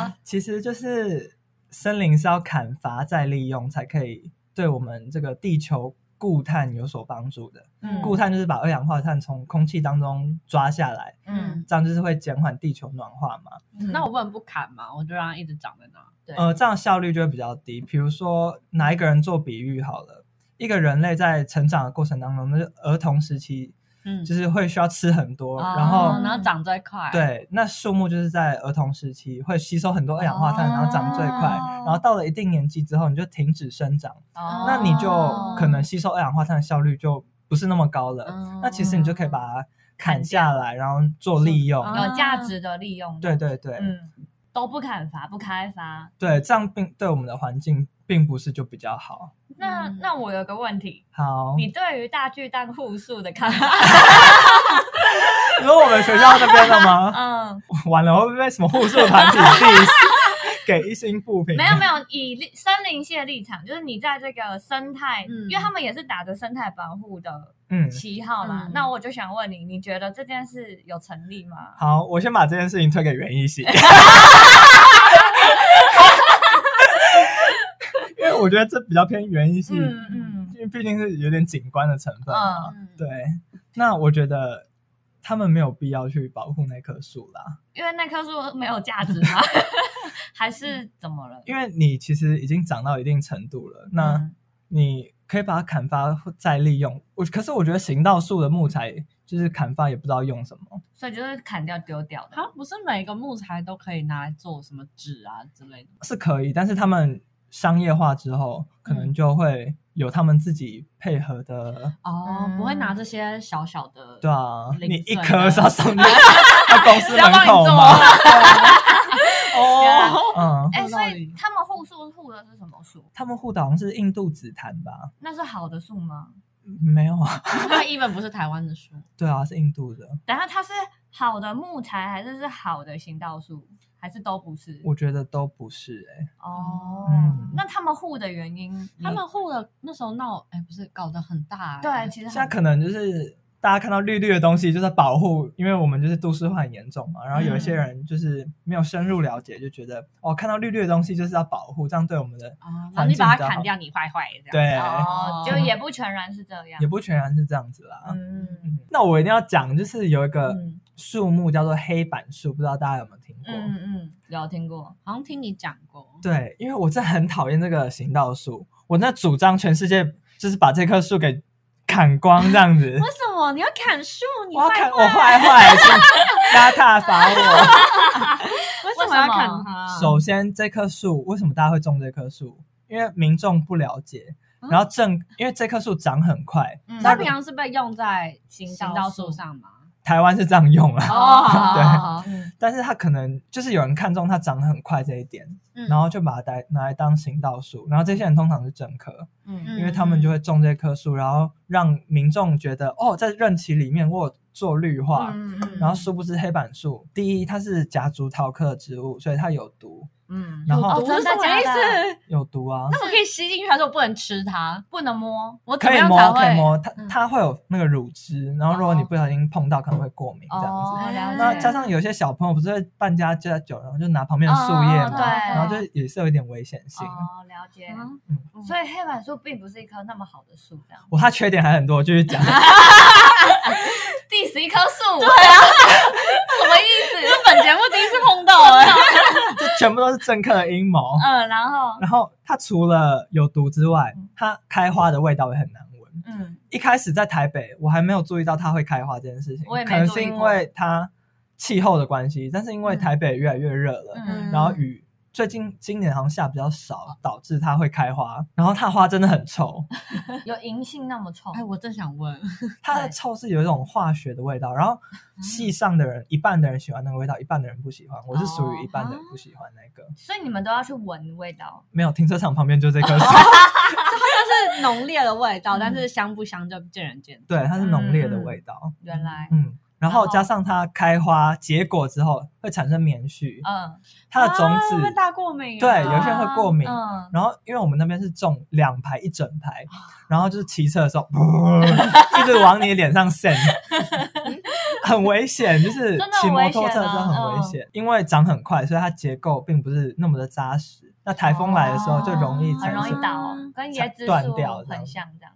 S1: 好，
S2: 其实就是森林是要砍伐再利用，才可以对我们这个地球固碳有所帮助的。
S1: 嗯
S2: 固碳就是把二氧化碳从空气当中抓下来，
S1: 嗯，
S2: 这样就是会减缓地球暖化嘛。
S3: 那我不能不砍嘛，我就让它一直长在那。
S1: 对
S2: 呃，这样效率就会比较低。比如说拿一个人做比喻好了，一个人类在成长的过程当中，那就儿童时期
S3: 嗯，
S2: 就是会需要吃很多，然
S3: 哦
S2: 后
S3: 然后长最快，，
S2: 对，嗯那树木就是在儿童时期会吸收很多二氧化碳，然后长最快。然后到了一定年纪之后，你就停止生长，
S1: 哦
S2: 那你就可能吸收二氧化碳的效率就不是那么高了。
S1: 哦
S3: 嗯
S2: 那其实你就可以把它砍下来，然后做利用。
S3: 哦
S1: 有价值的利用，
S2: 对，对对、
S1: 嗯，都不砍伐，不开发。
S2: 对，这样并对我们的环境并不是就比较好。
S1: 那
S3: 嗯
S1: 那我有个问题，
S2: 好，
S1: 你对于大巨蛋户数的看法？
S2: 因为我们学校那边的吗？
S1: 嗯，
S2: 完了，会不会被什么互助 团体 diss，给一星不平？
S1: 没有没有，以立森林系的立场，就是你在这个生态，
S3: 嗯
S1: 因为他们也是打着生态保护的
S2: 嗯，
S1: 旗号嘛。
S3: 嗯
S1: 那我就想问你，你觉得这件事有成立吗？
S2: 好，我先把这件事情推给袁 一喜，因为我觉得这比较偏袁一喜，
S1: 嗯嗯
S2: 因为毕竟是有点景观的成分。
S1: 嗯，
S3: 嗯，
S2: 对，那我觉得他们没有必要去保护那棵树啦，
S1: 因为那棵树没有价值吗？ 还是怎么了？
S2: 因为你其实已经长到一定程度了，那
S1: 嗯
S2: 你可以把它砍伐或再利用。我可是我觉得行道树的木材就是砍伐也不知道用什么，
S1: 所以就是砍掉丢掉的。
S3: 好像不是每个木材都可以拿来做什么纸啊之类的。
S2: 是可以，但是他们商业化之后，可
S3: 嗯
S2: 能就会有他们自己配合的，
S3: 哦，
S1: 嗯
S3: 不会拿这些小小的，
S2: 对啊，
S3: 零
S2: 你一
S3: 碎
S2: 颗
S3: 的
S2: 是要 送到到公司门口吗？
S3: 啊 哦，
S2: 嗯，
S1: 哎、
S3: 有道
S1: 所
S3: 理
S1: 以他们护树护的是什么树？
S2: 他们护的好像是印度紫檀吧？
S1: 那是好的树吗？
S2: 没有啊，
S3: 它 even 不是台湾的书，
S2: 对啊，是印度的。
S1: 等一下它是好的木材，还是是好的行道树，还是都不是？
S2: 我觉得都不是哎、
S1: 哦，
S2: 嗯
S1: 那他们护的原因，你
S3: 他们护了那时候闹，哎，不是搞得很大，
S1: 对，其实
S2: 现在
S1: 很
S2: 可能就是大家看到绿绿的东西，就是保护，因为我们就是都市化很严重嘛。然后有一些
S3: 嗯
S2: 人就是没有深入了解，就觉得哦，看到绿绿的东西就是要保护，这样对我们的
S3: 啊，然后
S2: 环
S3: 你
S2: 境
S3: 把
S2: 比较
S3: 它
S2: 好
S3: 砍掉，你坏坏这样，
S2: 对
S1: 哦，
S3: 哦
S1: 就也不全然是这样
S2: 也。不全然是这样子啦。
S1: 嗯
S2: 嗯那我一定要讲，就是有一个
S1: 嗯
S2: 树木叫做黑板树，不知道大家有没有听过？
S1: 嗯嗯，有听过。
S3: 好像听你讲过，。
S2: 对，因为我真的很讨厌这个行道树，我那主张全世界就是把这棵树给砍光这样子
S3: 什么你要砍树？你
S2: 我要砍，我坏坏，请大家挞伐 我。
S1: 什
S3: 为什
S1: 么
S3: 么
S1: 要
S3: 要
S1: 砍
S3: 砍它？
S2: 首先，这棵树为什么大家会种这棵树？因为民众不了解，然后正因为这棵树长很快，
S1: 嗯
S3: 它平常是被用在行
S1: 道
S3: 道
S1: 树
S3: 树上吗？
S2: 台湾是这样用 啊，
S3: 哦，
S2: 对
S3: 好
S1: 嗯
S2: 但是它可能就是有人看中它长得很快这一点，
S3: 嗯
S2: 然后就把它拿拿来当行道树，然后这些人通常是政客，
S1: 嗯
S3: 嗯
S2: 因为他们就会种这棵树，然后让民众觉得哦，在任期里面我有做绿化，
S1: 嗯嗯
S2: 然后殊不知黑板树，第一它是夹竹桃科的植物，所以它有毒，
S1: 嗯，
S2: 然
S3: 哦
S2: 后
S1: 毒真的
S3: 我是什么意
S1: 假的
S3: 思？
S2: 有毒啊，
S3: 那我可以吸进去，还是我不能吃它？
S1: 不能摸。
S3: 我怎
S2: 可
S3: 么
S2: 以摸
S3: 样才会？
S2: 可以摸，它
S3: 嗯哦
S2: 它会有那个乳汁，然后如果你不小心碰到可能会过敏这样子。
S1: 哦，
S2: 那
S1: 了
S2: 加
S1: 解。
S2: 上有些小朋友不是会扮家家酒，然后就拿旁边的树叶
S1: 哦
S2: 嘛，
S1: 对
S2: 然后就也是有一点危险性。
S1: 哦，了解。
S3: 嗯
S1: 所以黑板树并不是一棵那么好的树，这样。
S2: 我它缺点还很多，我继 续讲。
S1: 第十一棵树，对啊， 什么意 思？
S3: 本节目第一次碰到哎、
S2: 这全部都是政客的阴谋。
S1: 嗯，然后
S2: 然后它除了有毒之外，它开花的味道也很难闻。
S1: 嗯，
S2: 一开始在台北，我还没有注意到它会开花这件事情，
S1: 我也没
S2: 可能
S1: 注
S2: 是
S1: 意
S2: 因
S1: 过
S2: 为它气候的关系，但是因为
S3: 嗯
S2: 台北越来越热了，
S1: 嗯
S2: 然后雨最近今年好像下比较少，导致它会开花。然后它的花真的 很臭，
S1: 有银杏那么臭
S3: 哎，我正想问，
S2: 它的
S1: 对
S2: 臭是有一种化学的味道。然后
S1: 嗯
S2: 系上的人，一半的人喜欢那个味道，一半的人不喜欢。我是属
S3: 哦
S2: 于一半的
S1: 啊
S2: 人不喜欢那个。
S1: 所以你们都要去闻味道。
S2: 没有停车场旁边就这 棵树，
S3: 它是浓烈的味道，
S1: 嗯
S3: 但是香不香就见仁见智。
S2: 对，它是浓烈的味道。
S1: 原来，
S2: 嗯，然
S1: 然后
S2: 后加上它开花结果之后会产生棉絮，
S1: 嗯，
S2: 它的种
S3: 啊
S2: 子、
S3: 会大过敏啊，
S2: 对有些人 会过敏。
S1: 嗯，啊
S2: 然后因为我们那边是种两排一整排，然后就是骑车的时候，噗一直往你脸上 扇，很危险。就是
S1: 真的很
S2: 骑摩托
S1: 危
S2: 车
S1: 险
S2: 的
S1: 啊
S2: 时候很危
S1: 嗯
S2: 险，因为长很快，所以它结构并不是那么的扎实。那台风来的时候就容易
S3: 哦
S2: 产
S1: 很容易
S2: 生。
S1: 倒，跟椰子
S2: 断掉
S1: 树
S2: 这样
S1: 很像这样。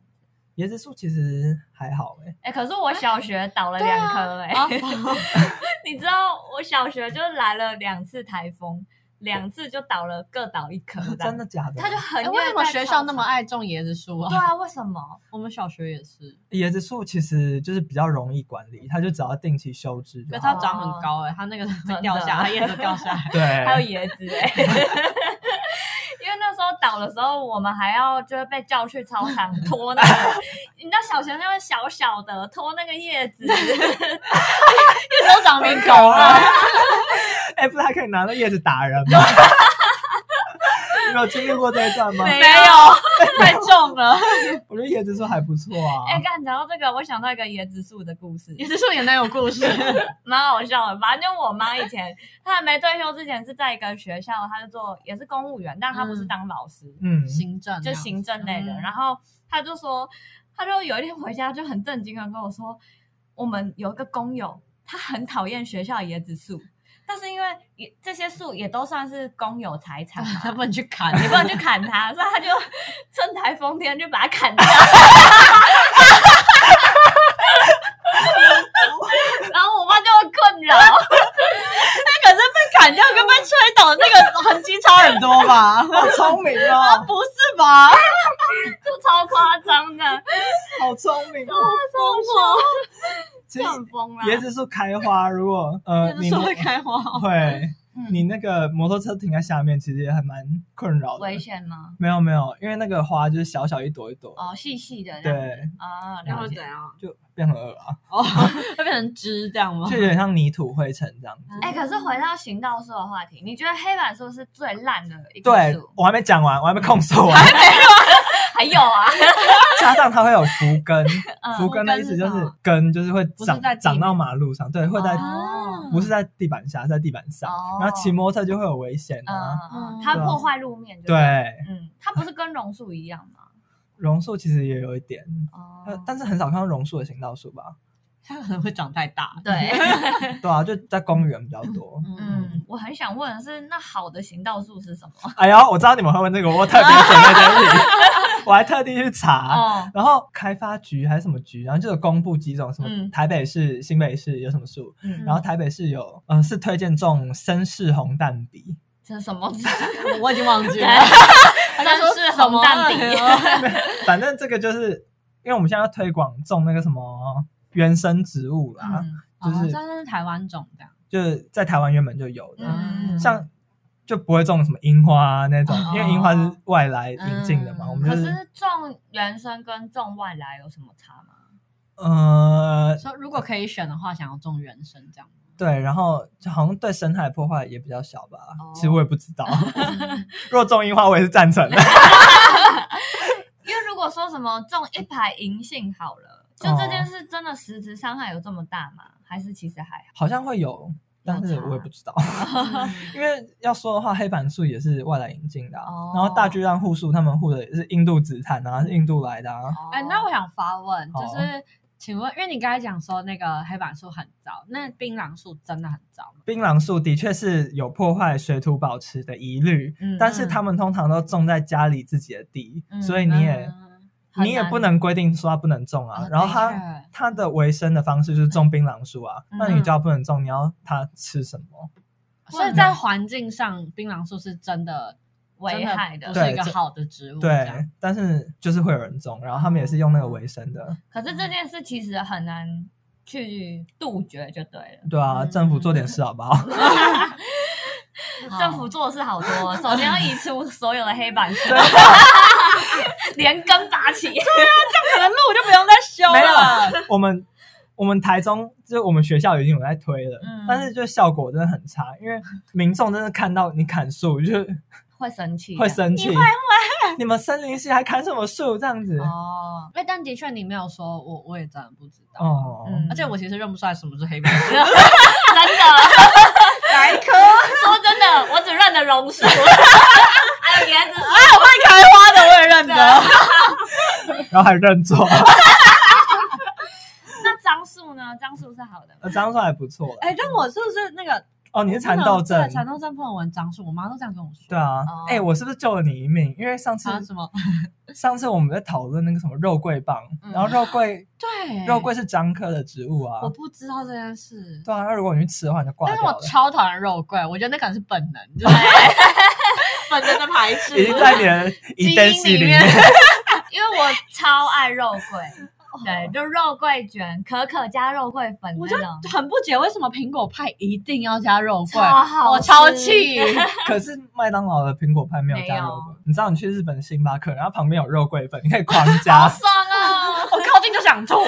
S2: 椰子树其实还好哎、，
S1: 哎、可是我小学倒了
S3: 啊
S1: 两棵哎、
S3: 哦
S1: 你知道我小学就来了两次台风，两次就倒了各倒一棵
S2: 真的。假的？
S1: 他就很、
S3: 哎为什么学校那么？爱种椰子树
S1: 对
S3: 啊？
S1: 啊，为什 么？
S3: 我们小学也是，
S2: 椰子树其实就是比较容易管理，它就只要定期修枝
S3: 可
S2: 就是好。。
S3: 它长很高哎、它那个会
S1: 的
S3: 掉下来，叶子掉下 来
S2: 对，
S1: 还有椰子哎、 因为那时候倒的时候，我们还要就是被叫去操场拖那个，你知道小学那个小小的拖那个叶 子，
S3: 叶子都 长明狗了，
S2: 啊哎、不是还可以拿那叶子打人吗？你有经历过这一段吗？
S1: 没
S3: 没有， 太重了。
S2: 我觉得椰子树还不错啊。
S1: 哎、刚讲到这个，我想到一个椰子树的故事，
S3: 椰子树也能有故事，
S1: 蛮好笑的。反正就我妈以前，她还没退休之前是在一个学校，她是做也是公务员，但她不是当老师，
S2: 嗯，
S3: 行政啊
S1: 就行政类的。
S3: 嗯
S1: 然后她就说，她就有一天回家就很震惊的跟我说，我们有一个工友，他很讨厌学校的椰子树，但是因为也这些树也都算是公有财产嘛，
S3: 他不能去砍，
S1: 你不能去砍它，所以他就趁台风天就把它砍掉。 然后我妈就很困扰，哎
S4: 可是被砍掉跟被吹倒的那个痕迹差很多吧？
S2: 好聪明哦，
S4: 不是 吧？
S1: 就超夸张的，
S2: 好聪明哦。
S1: 疯
S2: 其实
S1: 我很疯啊啦。
S2: 椰子树开花，如果呃
S4: 椰子
S2: 你
S4: 树
S2: 摩
S4: 会开花哦，
S2: 会，
S1: 嗯
S2: 你那个摩托车停在下面，其实也还蛮困扰
S1: 嗯
S2: 的
S1: 危。险吗？
S2: 没有没有，因为那个花就是小小一朵一朵，
S1: 哦，细细的这样子，
S2: 对，
S1: 啊，
S3: 然
S1: 了
S3: 后
S1: 解
S3: 怎。样？
S2: 就变很恶啊，
S3: 哦，会变成枝这样吗
S2: 就？有点像泥土灰尘这样子。
S1: 哎，可是回到行道树的话题，你觉得黑板树是最烂的一棵
S2: 对
S1: 树？
S2: 我还没讲完，我还没控诉完。
S1: 还有啊， 嗯
S2: 加上它会有扶根，扶根的意思就
S3: 扶根
S2: 是
S3: 是什么
S2: 根就是会
S3: 不是
S2: 长
S3: 在地
S2: 长到
S3: 面
S2: 马路上，对，会在
S1: 哦
S2: 不是在地板下，是在地板上。
S1: 哦
S2: 然后骑摩托车就会有危险
S1: 嗯
S2: 啊。
S1: 嗯，嗯它
S2: 对啊
S1: 破坏路面，
S2: 对，，
S1: 嗯，它不是跟榕树一样吗？
S2: 榕树其实也有一点，
S1: 哦
S2: 呃，但是很少看到榕树的行道树吧？
S3: 它可能会长太大。
S1: 对，
S2: 对啊，就在公园比较多。
S3: 嗯，
S1: 嗯，我很想问的是，那好的行道树是什么？
S2: 哎呀，我知道你们会问这个，我特别准备这一题，我还特地去查。
S1: 哦，
S2: 然后开发局还是什么局，然后就有公布几种什么
S1: 嗯
S2: 台北市、新北市有什么树，
S1: 嗯
S2: 然后台北市有，嗯、呃，是推荐种绅士红蛋笔，
S1: 这是什
S2: 啊
S1: 么？
S3: 我已经忘记了。
S1: 真是红蛋饼
S2: 反正这个就是因为我们现在要推广种那个什么原生植物啦，
S1: 嗯
S2: 就是
S3: 哦，但是台湾种的，
S2: 就是在台湾原本就有的，
S1: 嗯
S2: 像就不会种什么樱花啊那种，
S1: 哦
S2: 因为樱花是外来引进的嘛，
S1: 嗯
S2: 我们
S1: 可
S2: 就是
S1: 种原生跟种外来有什么差吗？
S2: 呃
S3: 说如果可以选的话，想要种原生这样。
S2: 对，然后就好像对生态破坏也比较小吧，
S1: 哦
S2: 其实我也不知 道，若种樱花我也是赞成的，
S1: 因为如果说什么种一排银杏好了，就这
S2: 哦
S1: 件事真的实质伤害有这么大吗？还是其实还好？
S2: 好像会有。但是
S1: 有差
S2: 我也不知 道， 因为要说的话，黑板树也是外来引进的啊、
S1: 哦嗯
S2: 然后大巨蛋护树他们护的也是印度紫檀啊，是印度来的啊。
S3: 哎，那我想发问，
S2: 好啊
S3: 就是请问，因为你刚才讲说那个黑板树很糟，那槟榔树真的很糟吗？
S2: 槟榔树的确是有破坏水土保持的疑虑，
S1: 嗯
S2: 但是他们通常都种在家里自己的地，
S1: 嗯
S2: 所以你也、
S3: 嗯
S1: 很
S2: 你也
S1: 难
S2: 不能规定说它不能种啊。然后
S3: 的
S2: 它
S3: 确
S2: 它的维生的方式就是种槟榔树啊，
S1: 嗯
S2: 那你就要不能种，你要它吃什么？
S3: 所以在环境上，槟榔树是真的
S1: 危害
S3: 的，
S1: 的
S3: 不是一个
S2: 对这
S3: 好的植物。
S1: 啊
S3: 这样
S2: 对，但是就是会有人种，然后他们也是用那个维生的，
S1: 可是这件事其实很难去杜绝，就对了。
S2: 对啊，
S3: 嗯
S2: 政府做点事好 不好？
S1: 政府做的事好多，首先要移除所有的黑 板树，连根拔起。
S3: 可能路就不用再修
S2: 没
S3: 了。
S2: 有，我们我们台中就是我们学校已经有在推了，
S1: 嗯
S2: 但是就效果真的很差，因为民众真的看到你砍树就
S1: 会生气的，
S2: 会生气，你们森林系还砍什么树这样子？
S1: 哦。
S3: 哎，但的确你没有说，我我也真的不知道。
S2: 哦，
S1: 嗯
S3: 而且我其实认不出来什么是黑板 树，
S1: 真的
S3: 哦哪一棵？
S1: 说真的，我只认得榕树， 哎还有椰子树。
S2: 啊
S3: 开花的我也认得。
S2: 然后还认错， 樟树还不错啦。
S3: 哎，但我是不是那个
S2: 哦，你是蚕豆症
S3: 对，蚕豆症不能闻樟树，我妈都这样跟我说。
S2: 对啊
S1: 哦，
S2: 哎、我是不是救了你一命？因为上次、
S3: 啊，什么？
S2: 上次我们在讨论那个什么肉桂棒，
S1: 嗯
S2: 然后肉桂
S3: 对，
S2: 肉桂是樟科的植物啊
S3: 我，不知道这件事。
S2: 对啊，那如果你去吃的话，你就挂
S3: 但是
S2: 掉
S3: 我
S2: 了。
S3: 超讨厌肉桂，我觉得那可能是本能，就是
S4: 本能的排斥
S2: 已经在你的
S3: 基
S2: 遗
S3: 因
S2: 灯系
S3: 里
S2: 面
S3: 面，
S1: 因为我超爱肉桂，对，就肉桂卷、可可加肉桂粉
S3: 我就
S1: 那种，
S3: 很不解为什么苹果派一定要加肉桂，
S1: 超好
S3: 我超
S1: 吃
S3: 气。
S2: 可是麦当劳的苹果派没有加
S1: 没有
S2: 肉桂。你知道你去日本星巴克，然后旁边有肉桂粉，你可以狂
S1: 好
S2: 加。
S1: 爽哦！
S3: 我靠近就想吐。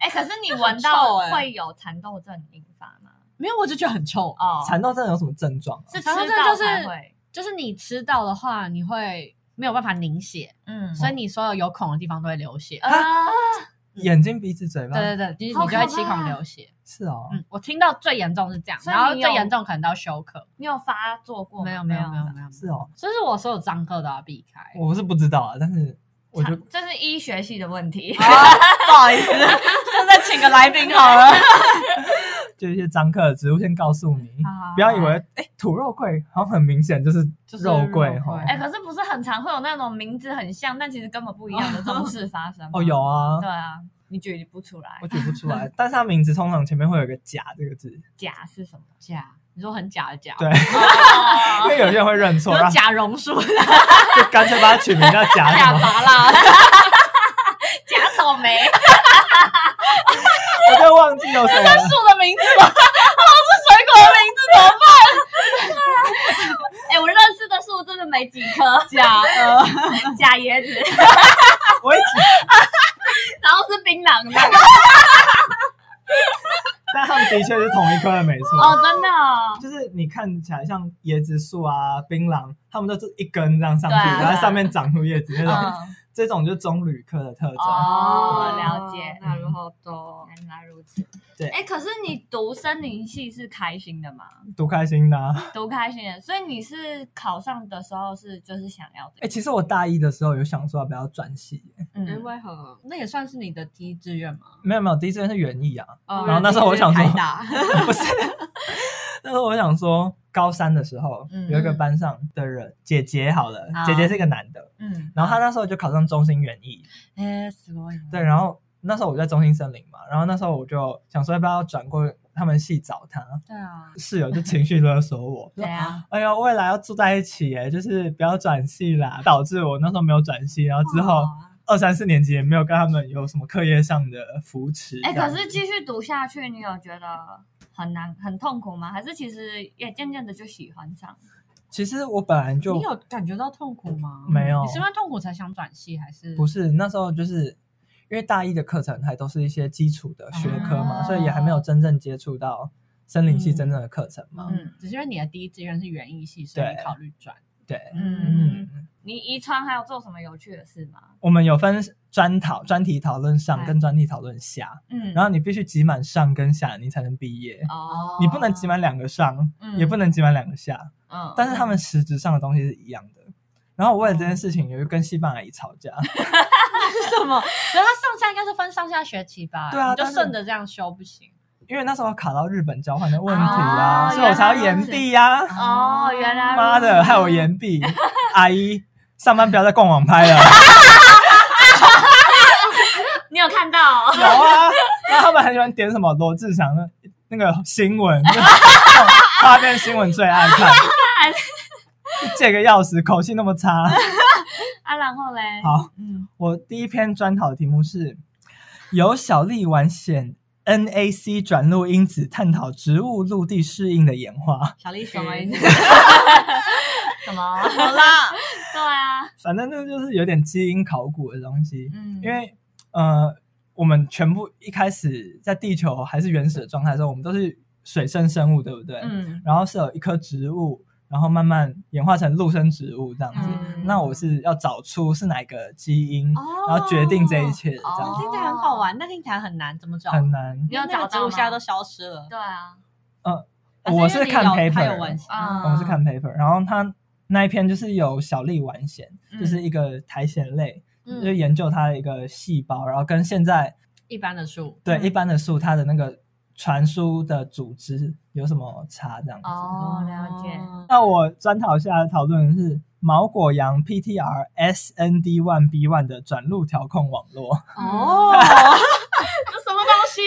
S1: 哎，可是你闻到
S3: 啊很臭哎
S1: 会有蚕豆症引发吗？
S3: 没有，我就觉得很臭。
S1: 哦，
S2: 蚕豆真的有什么症状、啊？
S1: 是吃
S3: 蚕豆症
S1: 到
S3: 就是
S1: 才会，
S3: 就是你吃到的话，你会没有办法凝血，
S2: 哦
S1: 嗯
S3: 所以你所有有孔的地方都会流血。
S1: 啊，
S2: 眼睛、鼻子、嘴巴，
S3: 对对对，就是
S1: 好
S3: 你
S1: 可
S3: 就
S1: 怕
S3: 会七孔流血。
S2: 是哦。
S3: 啊嗯，我听到最严重是这样，
S1: 所以
S3: 然后
S1: 你有哦
S3: 最严重可能到休克。
S1: 你有发作过吗？
S3: 没有没有没有没有，
S2: 是哦，
S3: 所以是我所有脏科都要避开。
S2: 我是不知道啊，但是我啊就
S1: 蚕这是医学系的问题。
S4: 不好意思，就再请个来宾好了。
S2: 就一些樟科的植物先告诉你，
S3: 好啊
S2: 不要以为哎、土肉桂好像很明显就是
S3: 就是
S2: 肉桂
S3: 肉桂
S2: 哈。
S1: 哎，可是不是很常会有那种名字很像，但其实根本不一样的这种事发生吗？
S2: 哦，有啊，
S1: 对啊，你举不出来
S2: 我，举不出来，但是它名字通常前面会有一个“假”这个字，
S1: 假是什么？
S3: 假，你说很假的假，
S2: 对，因
S1: 哦
S2: 为有些人会认错，
S3: 有
S2: 然后
S3: 假榕树、
S2: 就干脆把它取名叫“假”什
S3: 假
S2: 么。
S3: 麻 辣，
S1: 假草莓，
S2: 我就忘记有什么了。
S3: 树的名字 吗？哦，是水果的名字怎么
S1: 哎，我认识的树真的没几棵，
S3: 假的？
S1: 假椰子，
S2: 我一直，
S1: 然后是槟榔 的。
S2: 但他们的确是同一科的，没错。
S1: 哦，真的哦、
S2: 就是你看起来像椰子树啊、槟榔，它们都是一根这样上去，
S1: 对啊
S2: 然后上面长出叶子那种。
S1: 嗯，
S2: 这种就是棕榈科的特征。
S1: 哦，了解，
S2: なる
S1: 后多，原来如此。
S2: 对
S1: 哎，可是你读森林系是开心的吗？
S2: 读开心的、啊。
S1: 读开心的，所以你是考上的时候是就是想要
S2: 哎、
S1: 的，
S2: 其实我大一的时候有想说要不要转系，
S1: 嗯，
S3: 为何？那也算是你的第一志愿吗？
S2: 没有没有，第一志愿是园 艺啊，
S3: 哦
S2: 然后那时候我想说
S3: 台大
S2: 不是。那时候我想说，高三的时候
S1: 嗯
S2: 有一个班上的人，姐姐好了，
S3: 啊
S2: 姐姐是一个男的，
S1: 嗯，
S2: 然后他那时候就考上中心园艺，
S3: えーすごいな
S2: 对，然后那时候我在中心森林嘛，然后那时候我就想说要不要转过他们系找他，
S3: 对啊，
S2: 室友就情绪勒索我，
S1: 对啊，
S2: 哎呀，未来要住在一起耶，就是不要转系啦，导致我那时候没有转系，然后之后
S1: 哦
S2: 二三四年级也没有跟他们有什么课业上的扶持。
S1: 哎，
S2: 这样
S1: 可是继续读下去，你有觉得很难很痛苦吗？还是其实也渐渐的就喜欢上？
S2: 其实我本来就
S3: 你有感觉到痛苦吗？
S2: 没有
S3: 你是因为痛苦才想转系，还是
S2: 不是那时候就是。因为大一的课程还都是一些基础的学科嘛，
S1: 啊
S2: 所以也还没有真正接触到森林系真正的课程嘛。
S3: 嗯，只是因为你的第一志愿是园艺系，所以
S2: 对
S3: 你考虑转。
S2: 对，
S1: 嗯，
S2: 嗯，
S1: 你遗传还有做什么有趣的事吗？
S2: 我们有分专讨、专题讨论上
S1: 哎
S2: 跟专题讨论下，
S1: 嗯，
S2: 然后你必须集满上跟下，你才能毕业。
S1: 哦，
S2: 你不能集满两个上，
S1: 嗯
S2: 也不能集满两个下，
S1: 嗯，
S2: 但 是他们实质上的东西是一样的。然后我为了这件事情，有一跟西班牙姨吵 架，
S3: 是什么？可是它上下应该是分上下学期吧？
S2: 对啊
S3: 你就
S2: 但是
S3: 顺着这样修不行。
S2: 因为那时候卡到日本交换的问题
S1: 哦
S2: 啊，所以我才要延毕呀、啊。
S1: 哦，原来如此
S2: 妈的，害我延毕，阿姨上班不要再逛网拍了。
S1: 你有看到哦？
S2: 有啊，然后他们很喜欢点什么罗志祥的那个新闻， 花边新闻最爱看。借个钥匙，口气那么差。
S1: 啊，然后嘞，
S2: 好，
S1: 嗯，
S2: 我第一篇专讨的题目是由小粒烷显 NAC 转录因子探讨植物陆地适应的演化。
S3: 小丽
S1: 什
S3: 什
S1: 么
S3: 么
S1: 意
S3: 意
S1: 思
S3: 思？？
S1: 什么？
S4: 好啦，
S1: 对 啊，
S2: 反正那就是有点基因考古的东西，
S1: 嗯，
S2: 因为呃，我们全部一开始在地球还是原始的状态的时候，我们都是水生生物，对不对？
S1: 嗯
S2: 然后是有一棵植物，然后慢慢演化成陆生植物这样子。
S1: 嗯
S2: 那我是要找出是哪个基因，
S3: 哦
S2: 然后决定这一切，这
S1: 哦
S2: 样
S3: 哦
S2: 子、
S3: 听起来很好玩，但听起来很难，怎么找？
S2: 很难。
S1: 你有
S3: 那
S1: 找嗯
S3: 个植
S1: 到
S3: 物
S1: 吗
S3: 现在都消失了。
S1: 对啊，
S3: 还因
S2: 我
S3: 为
S2: 是
S3: 你
S2: 看
S3: 有它有文
S2: paper，
S3: 献
S1: 嗯
S2: 我是看 paper，然后他那一篇就是有小粒丸藓，
S1: 嗯
S2: 就是一个苔藓类，
S3: 嗯
S2: 就是研究它的一个细胞，然后跟现在
S3: 一般的树。
S2: 对、
S1: 嗯
S2: 一般的树它的那个传输的组织有什么差这样子。
S1: 哦，了解。
S2: 那我专讨下来讨论的是毛果羊 PTR SND One B One 的转录调控网络。
S4: 哦，
S1: 这什么东西？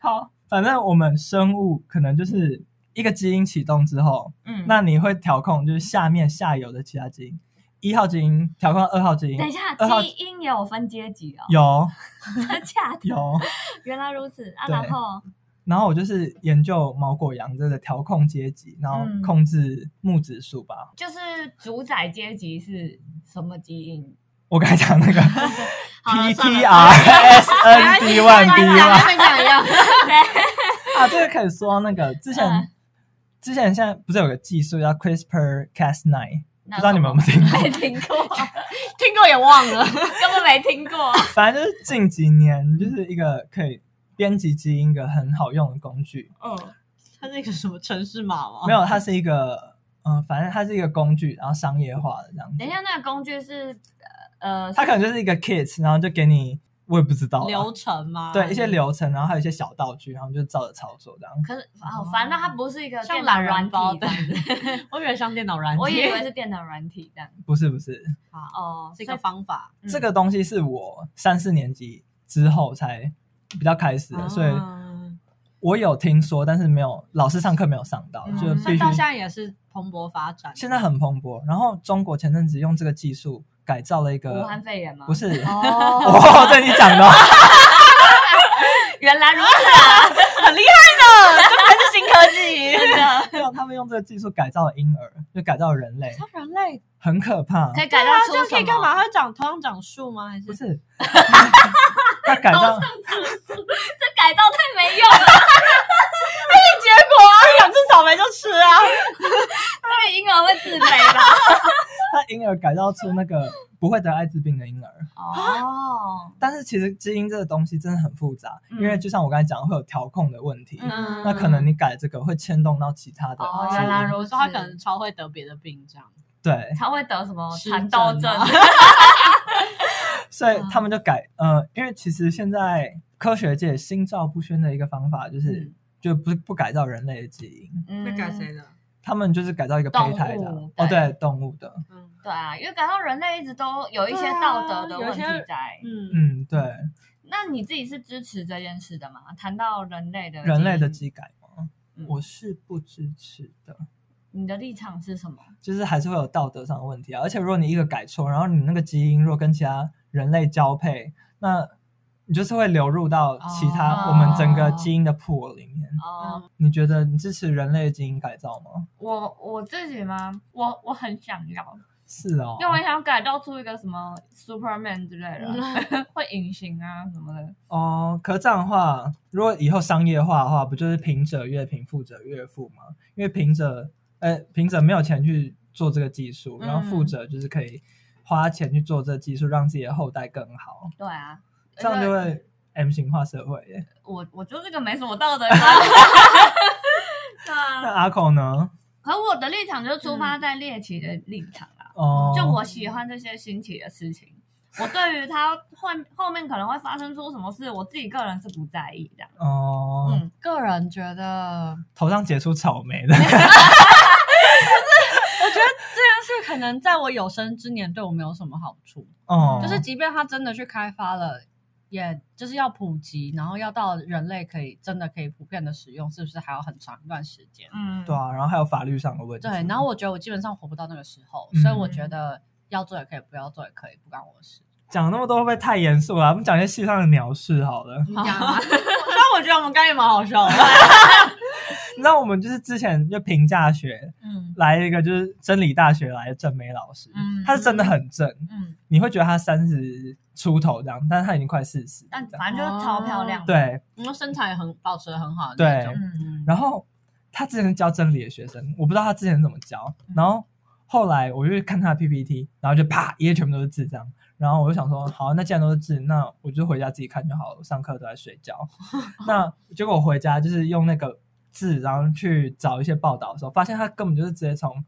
S2: 好，反正我们生物可能就是一个基因启动之后，
S1: 嗯，
S2: 那你会调控就是下面下游的其他基因，一号基因调控二号基因
S1: 等一，下，
S2: 嗯二号
S1: 基因也有分阶级哦，
S2: 有
S1: 真的假的？
S2: 有。
S1: 原来如此啊！
S2: 对
S1: 然后
S2: 然后我就是研究毛果羊这个调控阶级，然后
S1: 嗯
S2: 控制木质素吧。
S1: 就是主宰阶级是什么基 因？
S2: 我刚才讲那个
S1: 好了
S2: P
S1: 算了
S2: T R S N D One D
S4: 讲
S2: One
S4: 跟讲一样，
S2: 啊，这个可以说那个之前
S1: 嗯
S2: 之前现在不是有个技术叫 CRISPR Cas9，
S1: 不
S2: 不知道你们有没有听过？
S1: 没听过，
S4: 听过也忘 了。
S1: 根本没听过。
S2: 反正就是近几年就是一个可以编辑基因一个很好用的工具。
S1: 嗯，
S4: 它是一个什么城市码
S1: 哦
S4: 吗？
S2: 没有，它是一个嗯、反正它是一个工具，然后商业化的这样子
S1: 等一。下，那个工具是呃，
S2: 它可能就是一个 kit，然后就给你我也不知道啦
S4: 流程吗？
S2: 对一些流程，然后还有一些小道具，然后就照着操作这样。
S1: 可是哦，反正它不是一个
S4: 像
S1: 电脑
S4: 懒
S1: 软
S4: 人
S1: 体
S4: 包
S1: 这
S4: 的
S1: 样子，
S4: 我以为像电脑软件，
S1: 我也以为是电脑软体这样。
S2: 不是不是，
S1: 哦，
S4: 是一个方法。
S1: 嗯
S2: 这个东西是我三四年级之后才比较开始的，所以
S1: 哦
S4: 啊
S2: 我有听说，但是没有老师上课没有上到，
S1: 嗯
S2: 就
S4: 所
S2: 必
S4: 以
S2: 须
S4: 到现在也是蓬勃发展。
S2: 现 在很蓬勃。然后中国前阵子用这个技术改造了一
S1: 武汉
S2: 个，
S1: 肺炎吗？
S2: 不是。
S1: 哦，
S2: 哦，对你讲的哦，
S1: 原来如此啊！
S4: 很厉害的，这还是新科技。
S1: 真的
S2: 没有，他们用这个技术改造了婴儿，就改造了人类，
S4: 它 人类
S2: 很可怕。
S1: 可以改造
S4: 啊，
S1: 出
S4: 这样可
S1: 什
S4: 以干
S1: 么？
S4: 嘛？它长同样长树吗？还是
S2: 不是，他改造
S1: 这改造太没用了，
S4: 结果啊，养只草莓就吃啊？
S1: 那个婴儿会自卑吧？
S2: 他婴儿改造出那个不会得艾滋病的婴儿。
S1: 哦，
S2: 但是其实基因这个东西真的很复杂，
S1: 嗯
S2: 因为就像我刚才讲，会有调控的问题，
S1: 嗯
S2: 那可能你改这个会牵动到其他的基因。
S1: 哦原
S4: 原
S1: 来
S4: 来
S1: 如
S4: 如
S1: 此
S4: 此，他可能超会得别的病这样。
S2: 对，
S1: 他会得什么
S4: 失
S1: 蚕豆
S4: 症
S1: 症？
S4: 啊
S2: 所
S1: 嗯
S2: 以他们就改，呃，因为其实现在科学界心照不宣的一个方法就是，
S4: 嗯
S2: 就不不改造人类的基因，
S1: 嗯
S4: 的？
S2: 他们就是改造一个胚胎的，
S1: 动物
S2: 哦，
S1: 对
S2: 对，动物的，
S4: 嗯
S1: 对啊，因为感到人类一直都有一些
S4: 对啊
S1: 道德的问题
S4: 有一些
S1: 在。
S4: 嗯，
S2: 嗯，对，
S1: 那你自己是支持这件事的吗？谈到人类的
S2: 人类的
S1: 基
S2: 基改吗
S1: 嗯？
S2: 我是不支持的，
S1: 因，你的立场是什么？
S2: 就是还是会有道德上的问题啊。而且如果你一个改错，然后你那个基因若跟其他人类交配，那你就是会流入到其他
S1: 哦
S2: 我们整个基因的 pool 里面。
S1: 哦、
S2: 你觉得你支持人类基因改造吗？
S1: 我我自己吗？我我很想要，
S2: 是哦，
S1: 因为我想改造出一个什么 Superman 之类 的，会隐形啊什么的。
S2: 哦，可这样的话，如果以后商业化的话，不就是贫者越贫，富者越富吗？因为贫者，呃，贫者没有钱去做这个技术，然后富
S1: 嗯
S2: 者就是可以花钱去做这个技术，让自己的后代更好，
S1: 对啊，
S2: 这样
S1: 因
S2: 就
S3: 呃
S1: 为
S2: 会 M 型化社会耶。
S1: 我我就这个没什么 道德观。 对
S2: 那
S1: 啊，嗯
S2: 阿口呢？
S1: 可我的立场就出发在猎奇的立场啊，
S2: 哦，
S3: 嗯
S1: 就我喜欢这些新奇的事情。我对于它后后面可能会发生出什么事，我自己个人是不在意的。
S2: 哦，
S1: 嗯，
S3: 个人觉得
S2: 头上结出草莓的，
S3: 这件事可能在我有生之年对我没有什么好处，
S2: 哦，
S3: 就是即便它真的去开发了，也就是要普及，然后要到人类可以真的可以普遍的使用，是不是还要很长一段时间？
S1: 嗯，
S2: 对啊，然后还有法律上的问题，
S3: 对，然后我觉得我基本上活不到那个时候，
S2: 嗯
S3: 所以我觉得要做也可以，不要做也可以，不关我的事。
S2: 讲那么多会不会太严肃了？啊我们讲一些戏上的鸟事好了。
S3: 嗯
S4: 你讲啊。虽然我觉得我们刚也蛮好笑的，
S2: 你知道我们就是之前就评价学
S1: 嗯
S2: 来一个就是真理大学来的郑美老师，
S1: 嗯
S2: 他是真的很正，
S1: 嗯，
S2: 你会觉得他三十出头这样，但是他已经快四十，
S1: 但反正就是超漂亮的。
S2: 对
S3: 然后身材也很保持的很好的那
S2: 对啊
S3: 种，嗯，
S2: 然后他之前是教真理的学生，我不知道他之前怎么教。
S1: 嗯
S2: 然后后来我就去看他的 PPT，然后就啪一页全部都是字这样。然后我就想说，好，那既然都是字，那我就回家自己看就好了。我上课都在睡 觉。那结果我回家就是用那个字，然后去找一些报道的时候，发现他根本就是直接从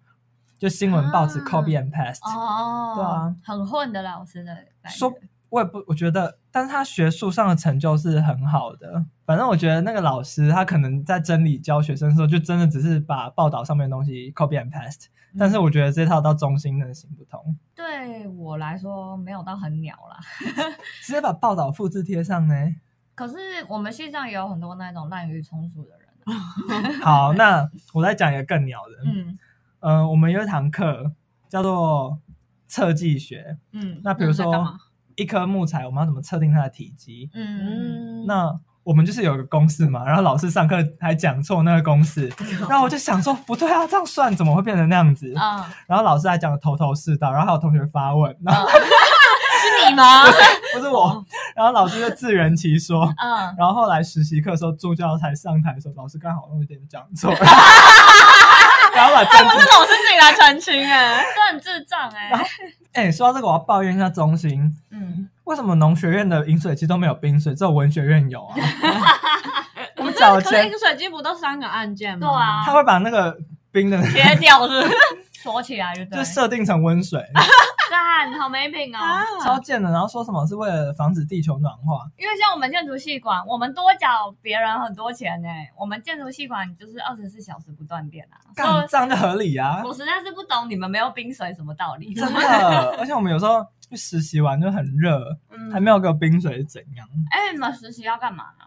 S2: 就新闻报纸
S3: 啊
S2: copy and paste，、
S1: 哦，
S2: 对啊，
S1: 很混的老师的感觉
S2: 说我也不，我觉得，但是他学术上的成就是很好的。反正我觉得那个老师，他可能在真理教学生的时候，就真的只是把报道上面的东西 copy and paste、但是我觉得这套到中心真的行不通，
S1: 对我来说没有到很鸟啦。
S2: 直接把报道复制贴上呢。
S1: 可是我们系上也有很多那种滥竽充数的人啊、
S2: 好，那我再讲一个更鸟的。嗯、
S1: 嗯
S2: 我们有一堂课叫做测计学。
S1: 嗯
S2: 那比如
S3: 那在干嘛
S2: 说一棵木材，我们要怎么测定它的体积？
S1: 嗯，
S3: 嗯，
S2: 那我们就是有一个公式嘛，然后老师上课还讲错那个公 式，然后我就想说不对啊，这样算怎么会变成那样子？
S3: 嗯
S1: 啊，
S2: 然后老师还讲的头头是道，然后还有同学发问，然
S3: 嗯
S2: 后
S4: 是你吗？
S2: 不是我，
S3: 哦
S2: 然后老师就自圆其说。
S1: 嗯，
S2: 然后后来实习课的时候，助教才上台的时候，老师刚好有点讲 错，然后把政治
S4: 老师自己来澄清哎、
S1: 这很智障哎、
S2: 哎、说到这个，我要抱怨一下中心，
S1: 嗯，
S2: 为什么农学院的饮水机都没有冰水，只有文学院有 啊？我们缴
S3: 可是
S2: 钱
S3: 饮，水机不都三个按键吗？
S1: 对啊
S2: 他会把那个冰的
S4: 贴掉是不是？
S1: 锁起来就对
S2: 就啊
S1: 了，
S2: 设定成温水，
S1: 干，好没品哦。
S3: 啊
S2: 超贱的。然后说什么是为了防止地球暖化，
S1: 因为像我们建筑系馆，我们多缴别人很多钱呢、我们建筑系馆就是二十四小时不断电
S3: 哦
S1: 啊。所
S2: 干这样就合理啊
S1: 以，我实在是不懂你们没有冰水什么道理。
S2: 真 的。而且我们有时候去实习完就很热，
S1: 嗯
S2: 还没有给我冰水是怎样？
S1: 哎、你们实习要干嘛、啊？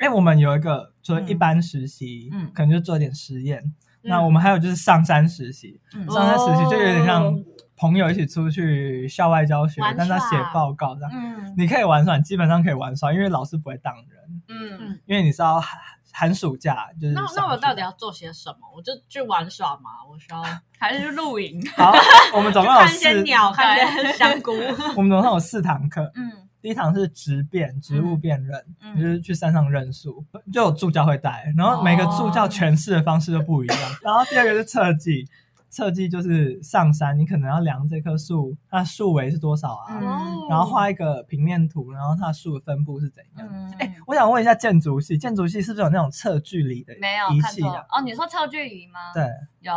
S2: 因为我们有一个除了一般实习，
S1: 嗯
S2: 可能就做点实验。那
S3: 嗯
S2: 我们还有就是上山实习，
S1: 嗯
S2: 上山实习就有点像
S3: 哦
S2: 朋友一起出去校外教学，
S1: 玩
S2: 但是要
S1: 耍
S2: 写报告这样。
S1: 嗯
S2: 你可以玩耍，你基本上可以玩耍，因为老师不会当人，
S1: 嗯，
S2: 因为你是要寒寒暑假就是
S3: 那
S2: 上
S3: 那我
S2: 去
S3: 到底要做些什么？我就去玩耍嘛，我 需要
S1: 还是去露营？
S2: 好，我们总共有
S3: 看一些
S2: 四，
S3: 鸟，看一些香 菇。
S2: 我们总共有四堂课。
S1: 嗯
S2: 第一堂是植变，植物辨认，
S1: 嗯
S2: 就是去山上认树，就有助教会带，然后每个助
S1: 哦
S2: 教诠释的方式都不一样。然后第二个是测计，测计就是上山，你可能要量这棵树，它树围是多少啊，
S1: 嗯
S4: 哦
S2: 然后
S4: 哎
S2: 画一个平面图，然后它的树的分布是怎样。
S1: 嗯，
S2: 哎、我想问一下建筑系，建筑系是不是有那种测距离的
S1: 没有
S2: 仪
S1: 看
S2: 器
S1: 错
S2: 啊？
S1: 哦。你说超距离吗？
S2: 对，
S1: 有。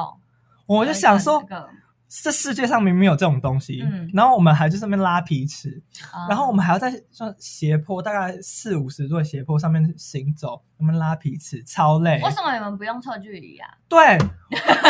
S2: 我就想说
S1: 有一，个
S2: 这世界上明明有这种东西，
S1: 嗯
S2: 然后我们还就上面拉皮尺，
S1: 这个，
S2: 然后我
S1: 们
S2: 们还要在算斜坡大概四五十度的斜坡上面行走，我们拉皮尺，超累。
S1: 为什么你们不用测距离啊？
S2: 对，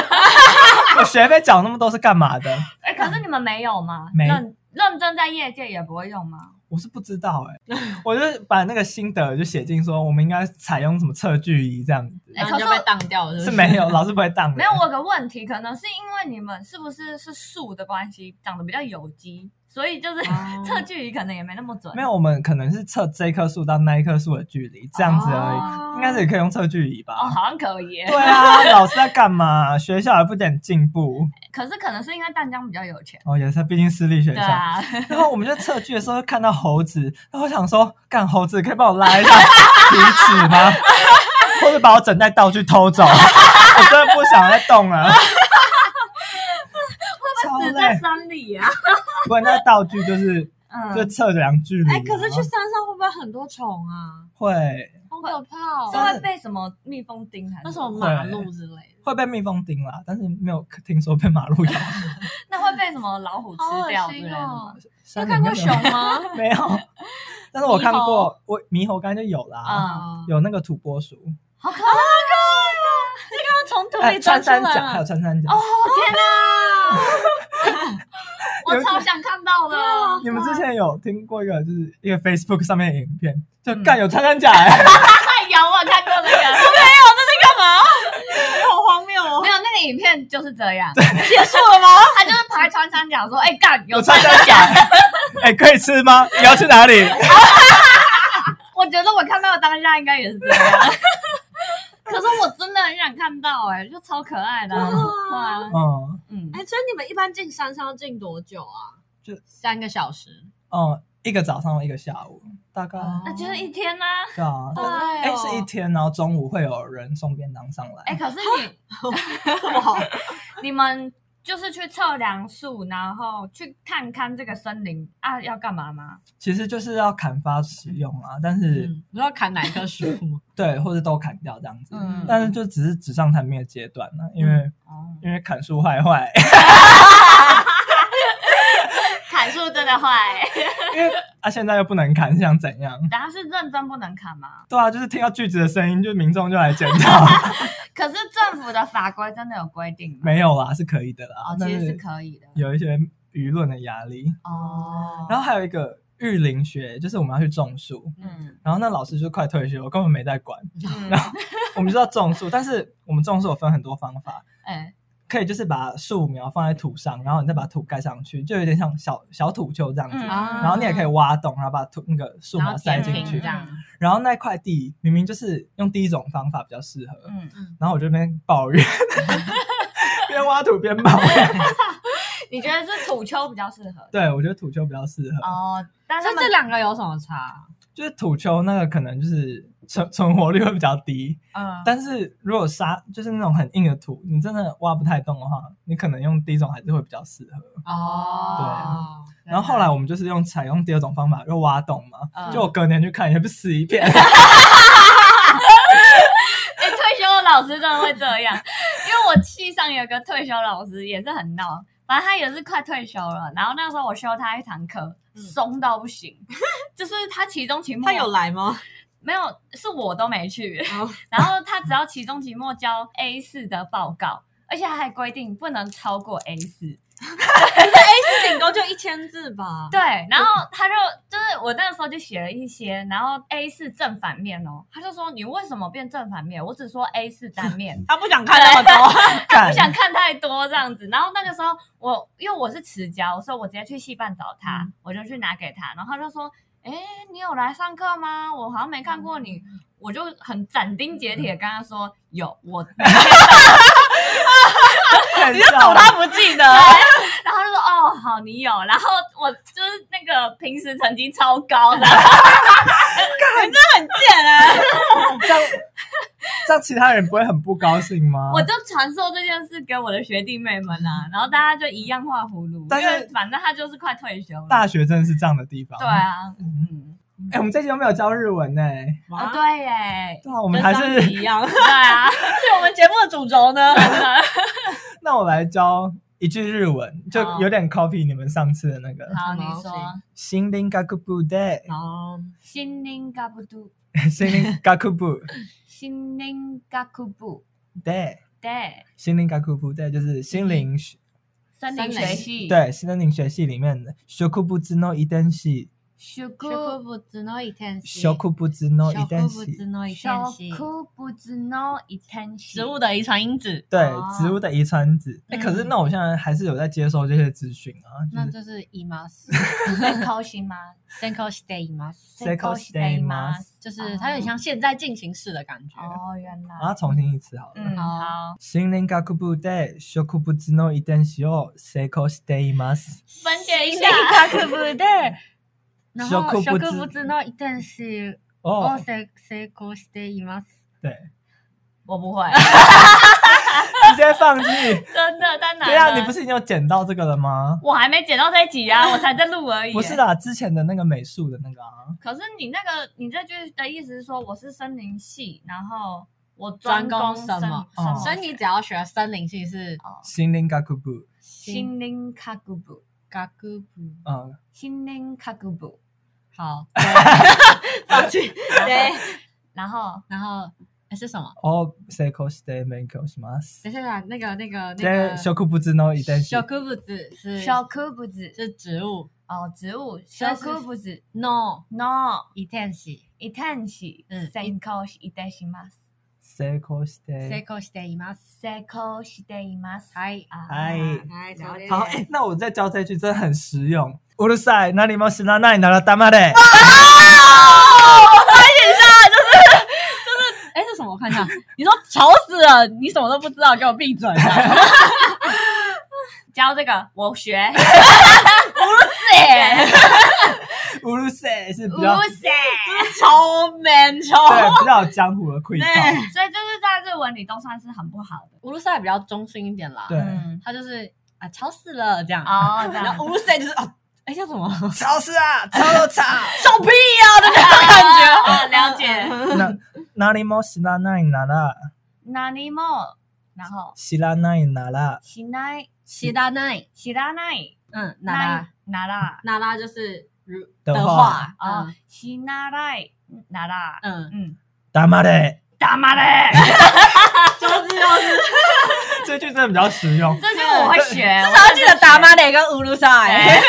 S2: 我学费缴那么多是干嘛的？
S1: 哎、可是你们没有吗？
S2: 没
S1: 认认真在业界也不会用吗？
S2: 我是不知道哎、我就是把那个心得就写进说，我们应该采用什么测距仪这样子，
S3: 然后就被当掉了，
S2: 是没有，老师不会当的。
S1: 没有，我有个问题，可能是因为你们是不是是树的关系，长得比较有机，所以就是、
S3: 哦
S1: 测距离可能也没那么准。
S2: 没有，我们可能是测这棵树到那一棵树的距离这样子而已，
S1: 哦
S2: 应该是也可以用测距仪吧。
S1: 哦，好像可以耶。
S2: 对啊，老师在干嘛？学校也不点进步
S1: 可是可能是因为淡江比较有钱。
S2: 哦，也是，毕竟私立学
S1: 对
S2: 校。
S1: 啊，
S2: 然后我们就测距的时候看到猴子，然后我想说，干猴子可以帮我拉一下皮尺吗？ 或者把我整袋道具偷走？ 我真的不想再动了。
S3: 哦
S2: 超
S1: 只在
S2: 累，
S1: 山里啊。
S2: 不然那道具就是
S1: 嗯，
S2: 就测量距离啊。
S3: 哎，
S4: 嗯
S3: 可
S4: 哦
S3: 是去山上会不会很多虫啊？
S2: 会
S3: 好可怕
S1: 是
S3: 哦！
S1: 会被什么蜜蜂叮还是？
S3: 那什么马路之类的，
S2: 会被蜜蜂叮啦，但是没有听说被马 路咬。
S1: 那会被什么老虎吃掉之类的
S3: 好哦
S1: 吗
S3: 恶？
S2: 山里
S3: 有看过
S2: 面
S3: 熊 吗？
S2: 没有？但是我看过，我猕猴刚才就有啦，
S1: 嗯
S2: 有那个土拨鼠，
S1: 好可爱
S3: 它从土
S2: 哎，
S3: 里钻
S2: 穿
S3: 出
S2: 山
S3: 来
S2: 甲还有
S3: 了。
S2: 穿山甲。
S1: 哦！天哪，
S2: 有
S1: 我
S2: 一
S1: 超想看到的。
S3: 啊哦
S2: 你们之前有听过一个，就是一个 Facebook 上面的影片，就
S1: 嗯
S2: 干有穿山甲、欸，
S1: 太阳，我有看过那 个，
S4: 好荒谬哦！
S1: 没有那个影片就是这样，
S4: 结束了吗？
S1: 他就是拍穿山甲说：“哎、干，有
S2: 有
S1: 穿
S2: 穿山甲、哎、可以吃吗？你要去哪里？
S1: 我觉得我看到的当下应该也是这样。 可是我真的很想看到、哎，就超可爱的啊、对啊，
S2: 嗯
S1: 嗯，
S4: 哎，所以你们一般进山上要进多久啊？
S3: 三个小时，
S2: 嗯，一个早上，一个下午，大概、
S3: 哦
S1: 那就是 一天呐、
S2: 对啊。
S3: 好累
S2: 哎、
S3: 哦
S2: 是一天，然后中午会有人送便当上来。
S1: 哎、可是你
S4: 这么好，
S1: 你们就是去测量树，然后去探勘这个森林啊，要干嘛吗？
S2: 其实就是要砍伐使用啊，但是、
S3: 嗯，你知道砍哪一棵树 吗？
S2: 对，或者都砍掉这样子。
S1: 嗯
S2: 但是就只是纸上谈兵的阶段呢、因为、
S3: 嗯
S1: 哦，
S2: 因为砍树坏坏，
S4: 砍树
S1: 度真的坏、
S2: 因为啊现在又不能砍，想怎样？
S1: 等下是认真不能砍吗？
S2: 对啊，就是听到锯子的声音，就民众就来检讨。
S1: 可是政府的法规真的有规定吗？
S2: 没有啦，是可以的啦，
S1: 哦，
S2: 但
S1: 其实是可以的
S2: 有一些舆论的压力。
S1: 哦。
S2: 然后还有一个育林学，就是我们要去种树，
S1: 嗯，
S2: 然后那老师就快退休，根本没在管。
S1: 嗯
S2: 然后我们就要种树，但是我们种树有分很多方法，
S1: 哎，
S2: 可以就是把树苗放在土上，然后你再把土盖上去，就有点像小小土丘这样子。
S1: 嗯
S3: 啊
S2: 然后你也可以挖洞，然后把土那个树
S3: 然
S2: 苗
S3: 后
S2: 塞
S3: 填
S2: 进
S3: 平
S2: 去
S3: 这。样
S2: 然后那块地明明就是用第一种方法比较适合，
S1: 嗯，
S2: 然后我就那边抱怨， 边挖土边抱怨。
S1: 你觉得是土丘比较适合？
S2: 对，我觉得土丘比较适合，
S1: 哦，但
S3: 所
S1: 是
S3: 以这两个有什么差？
S2: 就是土丘那个可能就是存存活率会比较低，
S1: 嗯，
S2: 但是如果沙就是那种很硬的土，你真的挖不太动的话，你可能用第一种还是会比较适合。
S1: 哦，
S2: 啊然后后来我们就是用采用第二种方法，又挖洞嘛，
S1: 嗯
S2: 就我隔年去看，也不是死 一片。
S1: 哎、退休的老师真的会这样，因为我系上有个退休老师也是很闹，反正他也是快退休了。然后那时候我修他一堂课，松到不行， 就是他期中
S2: 嗯
S1: 期末
S4: 嗯他有来吗？
S1: 没有是我都没去，
S4: 哦
S1: 然后他只要期中期末交 A 四的报告，而且他还规定不能超过 A 四。
S4: 顶多就一千字吧。
S1: 对，然后他就就是我那个时候就写了一些，然后 A 四正反面哦，他就说你为什么变正反面？我只说 A 四单面，
S4: 他不想看那么多，
S2: 干
S1: 不想看太多这样子。然后那个时候我因为我是迟交，所以我直接去戏办找他，我就去拿给他，然后他就说：“哎、你有来上课吗？我好像没看过你。我就很斩钉截铁地跟他说：“有我。
S2: 你就懂
S4: 他不记得。”
S1: 然后他就说：“哦，好，你有。”然后我就是那个平时成绩超高的，
S4: 见啊！
S2: 这样，这样其他人不会很不高兴吗？
S1: 我就传授这件事给我的学弟妹们啊，然后大家就一样画葫芦，
S2: 但是
S1: 因为反正他就是快退休了
S2: 大。学真的是这样的地方。
S1: 对啊，
S2: 嗯，哎、我们这集都没有教日文呢、
S1: 哦对耶，
S2: 对啊，我
S4: 我
S2: 们还是
S4: 一样，
S1: 对啊，
S4: 是我们节目的主轴 呢。
S1: 真的
S2: 那我来教一句日文，就
S1: 好
S2: 有点 copy 你们上次的那个
S1: 好，
S4: 什
S1: 你
S4: 么东西
S1: 说。
S2: 心灵嘎库布的
S4: 哦，
S1: 心灵嘎布嘟，
S2: 心灵嘎库布
S1: 心灵嘎库布，
S2: 的
S1: 对，
S2: 心灵嘎库布的，就是心灵学
S1: 森林学系，，
S2: 对心灵学系里面的学库布兹诺伊登系
S1: 修库
S3: 修不只能一天
S2: 学库布兹诺伊登系，
S3: 能
S1: 修库不知诺一天系
S4: 植物的遗传因子。
S2: 对
S1: 哦
S2: 植物的遗传子。哎、
S3: 嗯
S2: 可是那我现在还是有在接收这些资讯啊，
S3: 那
S2: 就是
S3: 就是姨妈斯，
S1: 会偷心吗？
S3: 先扣西的姨妈斯，
S2: Seiko
S1: Seiko
S2: Staymas
S1: Staymas
S3: 就是它有点像现在进行式的感觉。
S1: 哦，原来
S2: 啊，重新一次好了。
S1: 嗯，好，
S2: 心灵学部で植物の遺伝子を成功しています。
S1: 分解一下，
S3: 那可不 对。然后
S2: 小
S3: 小
S2: 库
S3: 可
S2: 不
S3: 不知道一定是
S2: 哦
S3: 哦，，谁谁过しています。
S2: 对，
S1: 我不会，
S2: 直接放弃。
S1: 真的太难了。
S2: 对啊，你不是已经有捡到这个了吗？
S1: 我还没剪到这一集啊，我才在录而已。
S2: 不是，啦，之前的那个美术的那个啊，
S1: 可是你那个你这句的意思是说我是森林系，然后我
S3: 专
S1: 攻
S3: 攻什么
S1: 森
S2: 哦
S1: 森
S3: 所以你只要学森林系是
S1: 哦
S2: 心灵学部，
S1: 心灵卡古布，
S3: 嘎咕布。
S2: 嗯，
S1: 心灵卡古布，
S3: 好，
S4: 放弃。对，
S1: 然后
S3: 然后诶是什么？
S2: を成功して勉強します
S3: 等。一下，那个那个那
S2: で
S3: 个
S2: 植物の遺伝子
S3: 小可不知是
S1: 小枯不子
S3: 是植物
S1: 哦，植物小枯不子
S3: ，no
S1: ，no，
S3: 一定是
S1: 一旦起，
S3: 嗯
S1: 成功しいたします。
S2: 成功し
S3: 谁
S2: て。
S3: 过しています。
S1: 成功しています。
S3: はい
S1: 啊
S2: 嗨
S4: 来
S3: 了解
S2: 好，哎、那我再教这句，真的很实用。うるさい、何も知らないなら黙れ。
S3: 哎，这什么？我看一下。 你说吵死了，你什么都不知道，给 我闭嘴！
S1: 教这个我学，
S2: うるせえ是比
S1: 不
S2: 较
S1: 是，
S4: 超 man 超。
S2: 对比较有江湖的味道。
S4: 对
S1: 所以就是在日文里都算是很不好的。
S3: 乌鲁塞比较中性一点啦，
S2: 对，
S1: 嗯，
S3: 他就是啊吵死了这样。
S1: 哦，这
S4: 然
S1: 样
S4: 后五岁就是哦，
S3: 哎叫什么？
S2: 超市啊，超吵。
S4: 臭屁呀，那个
S1: 哦哦了解。
S2: 那哪里も知らないなら
S1: 哪里も，然后
S2: 知らないなら
S1: しない
S3: 西大奈
S1: 知らない
S4: 嗯，那拉
S1: 那那啦
S4: 那拉就是如
S2: 的
S4: 话
S2: 话，
S1: 啊
S3: 哦
S4: 嗯，
S1: 西那啦那啦，
S4: 嗯，
S1: 嗯，
S2: 打妈的，
S1: 大妈嘞，
S4: 就是就是，
S2: 这句真的比较实 用，
S1: 这句我会学，
S4: 至少要记得打马的跟乌鲁萨，
S1: 对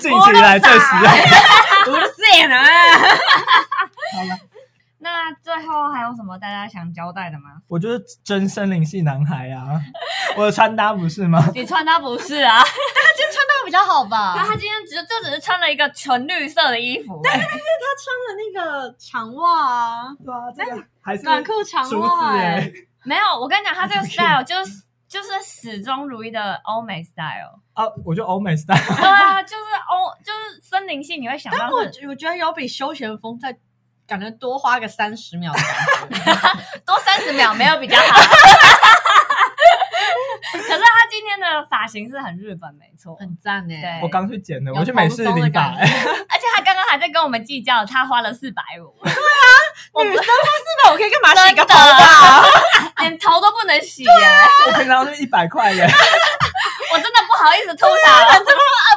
S2: 近期来最实用。
S4: 乌鲁塞 呢？
S2: 好了，
S1: 那最后还有什么大家想交代的吗？
S2: 我就是真森林系男孩啊， 我的穿搭不是吗？
S1: 你穿搭不是 啊？
S3: 那比较好吧
S1: 那他今天只就只是穿了一个纯绿色的衣服，
S4: 他穿了那个长袜啊，
S2: 对啊，这个还是
S4: 短裤长
S2: 竹子
S4: 袜，
S2: 哎、
S4: 哎
S1: 没有，我跟你讲，他这个 style 就是就是始终如一的欧美 style，
S2: 啊，我就欧美 style，
S1: 对啊，就是欧就是森林系，你会想到
S3: 但我
S1: 是
S3: 觉我觉得有比休闲风再感觉多花个三十秒的感觉。
S1: 多三十秒没有比较 好。可是他今天的发型是很日本，没错，
S3: 很赞呢、
S1: 对
S2: 我刚去剪的，
S3: 有
S2: 我去美式
S3: 蓬松的
S2: 理发、哎
S3: 感觉
S1: 而且他刚刚还在跟我们计较，他花了四百五，
S4: 我不知道是吧？我可以干嘛洗
S1: 真
S4: 个
S1: 的
S4: 头发？
S1: 连头都不能洗耶！
S2: 我平常是一百块耶，
S1: 我真的不好意思吐槽，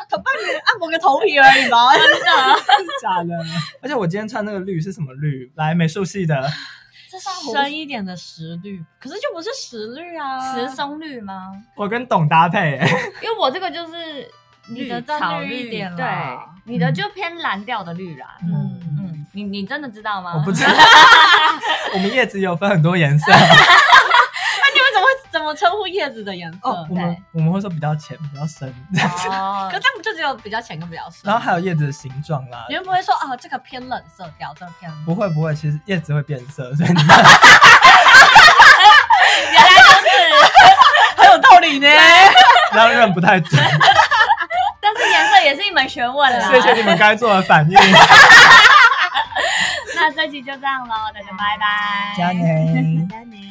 S4: 可帮你
S3: 啊
S4: 按摩个头皮而已吧。
S1: 真的，
S2: 假的。而且我今天穿那个绿是什么绿？来美术系的，
S3: 这算深一点的石绿，可是就不是石绿啊，
S1: 石松绿吗？
S2: 我跟董搭配耶，
S1: 因为我这个就是
S3: 你
S1: 绿
S3: 的再
S1: 草
S3: 绿一点
S1: 对
S3: 啦，
S1: 你的就偏蓝调的绿啦。
S3: 嗯
S1: 嗯，你你真的知道吗？
S2: 我不知道，我们叶子有分很多颜色，
S3: 你们怎么会怎么称呼叶子的颜色？
S2: 哦，我们我们会说比较浅、比较深，
S1: 哦
S3: 可这样不就只有比较浅跟比较深？
S2: 然后还有叶子的形状啦
S3: 你。们不会说哦，这个偏冷色调，这个偏
S2: 不会不会，其实叶子会变色，所以你
S1: 原来就是，
S4: 很有道理呢。
S3: 啊
S2: 不要认不太准。
S1: 但是颜色也是一门学问啦。
S2: 谢谢你们该做的反应，
S1: 那这期就这样喽，大家拜拜。
S2: 加你。
S4: 丹尼。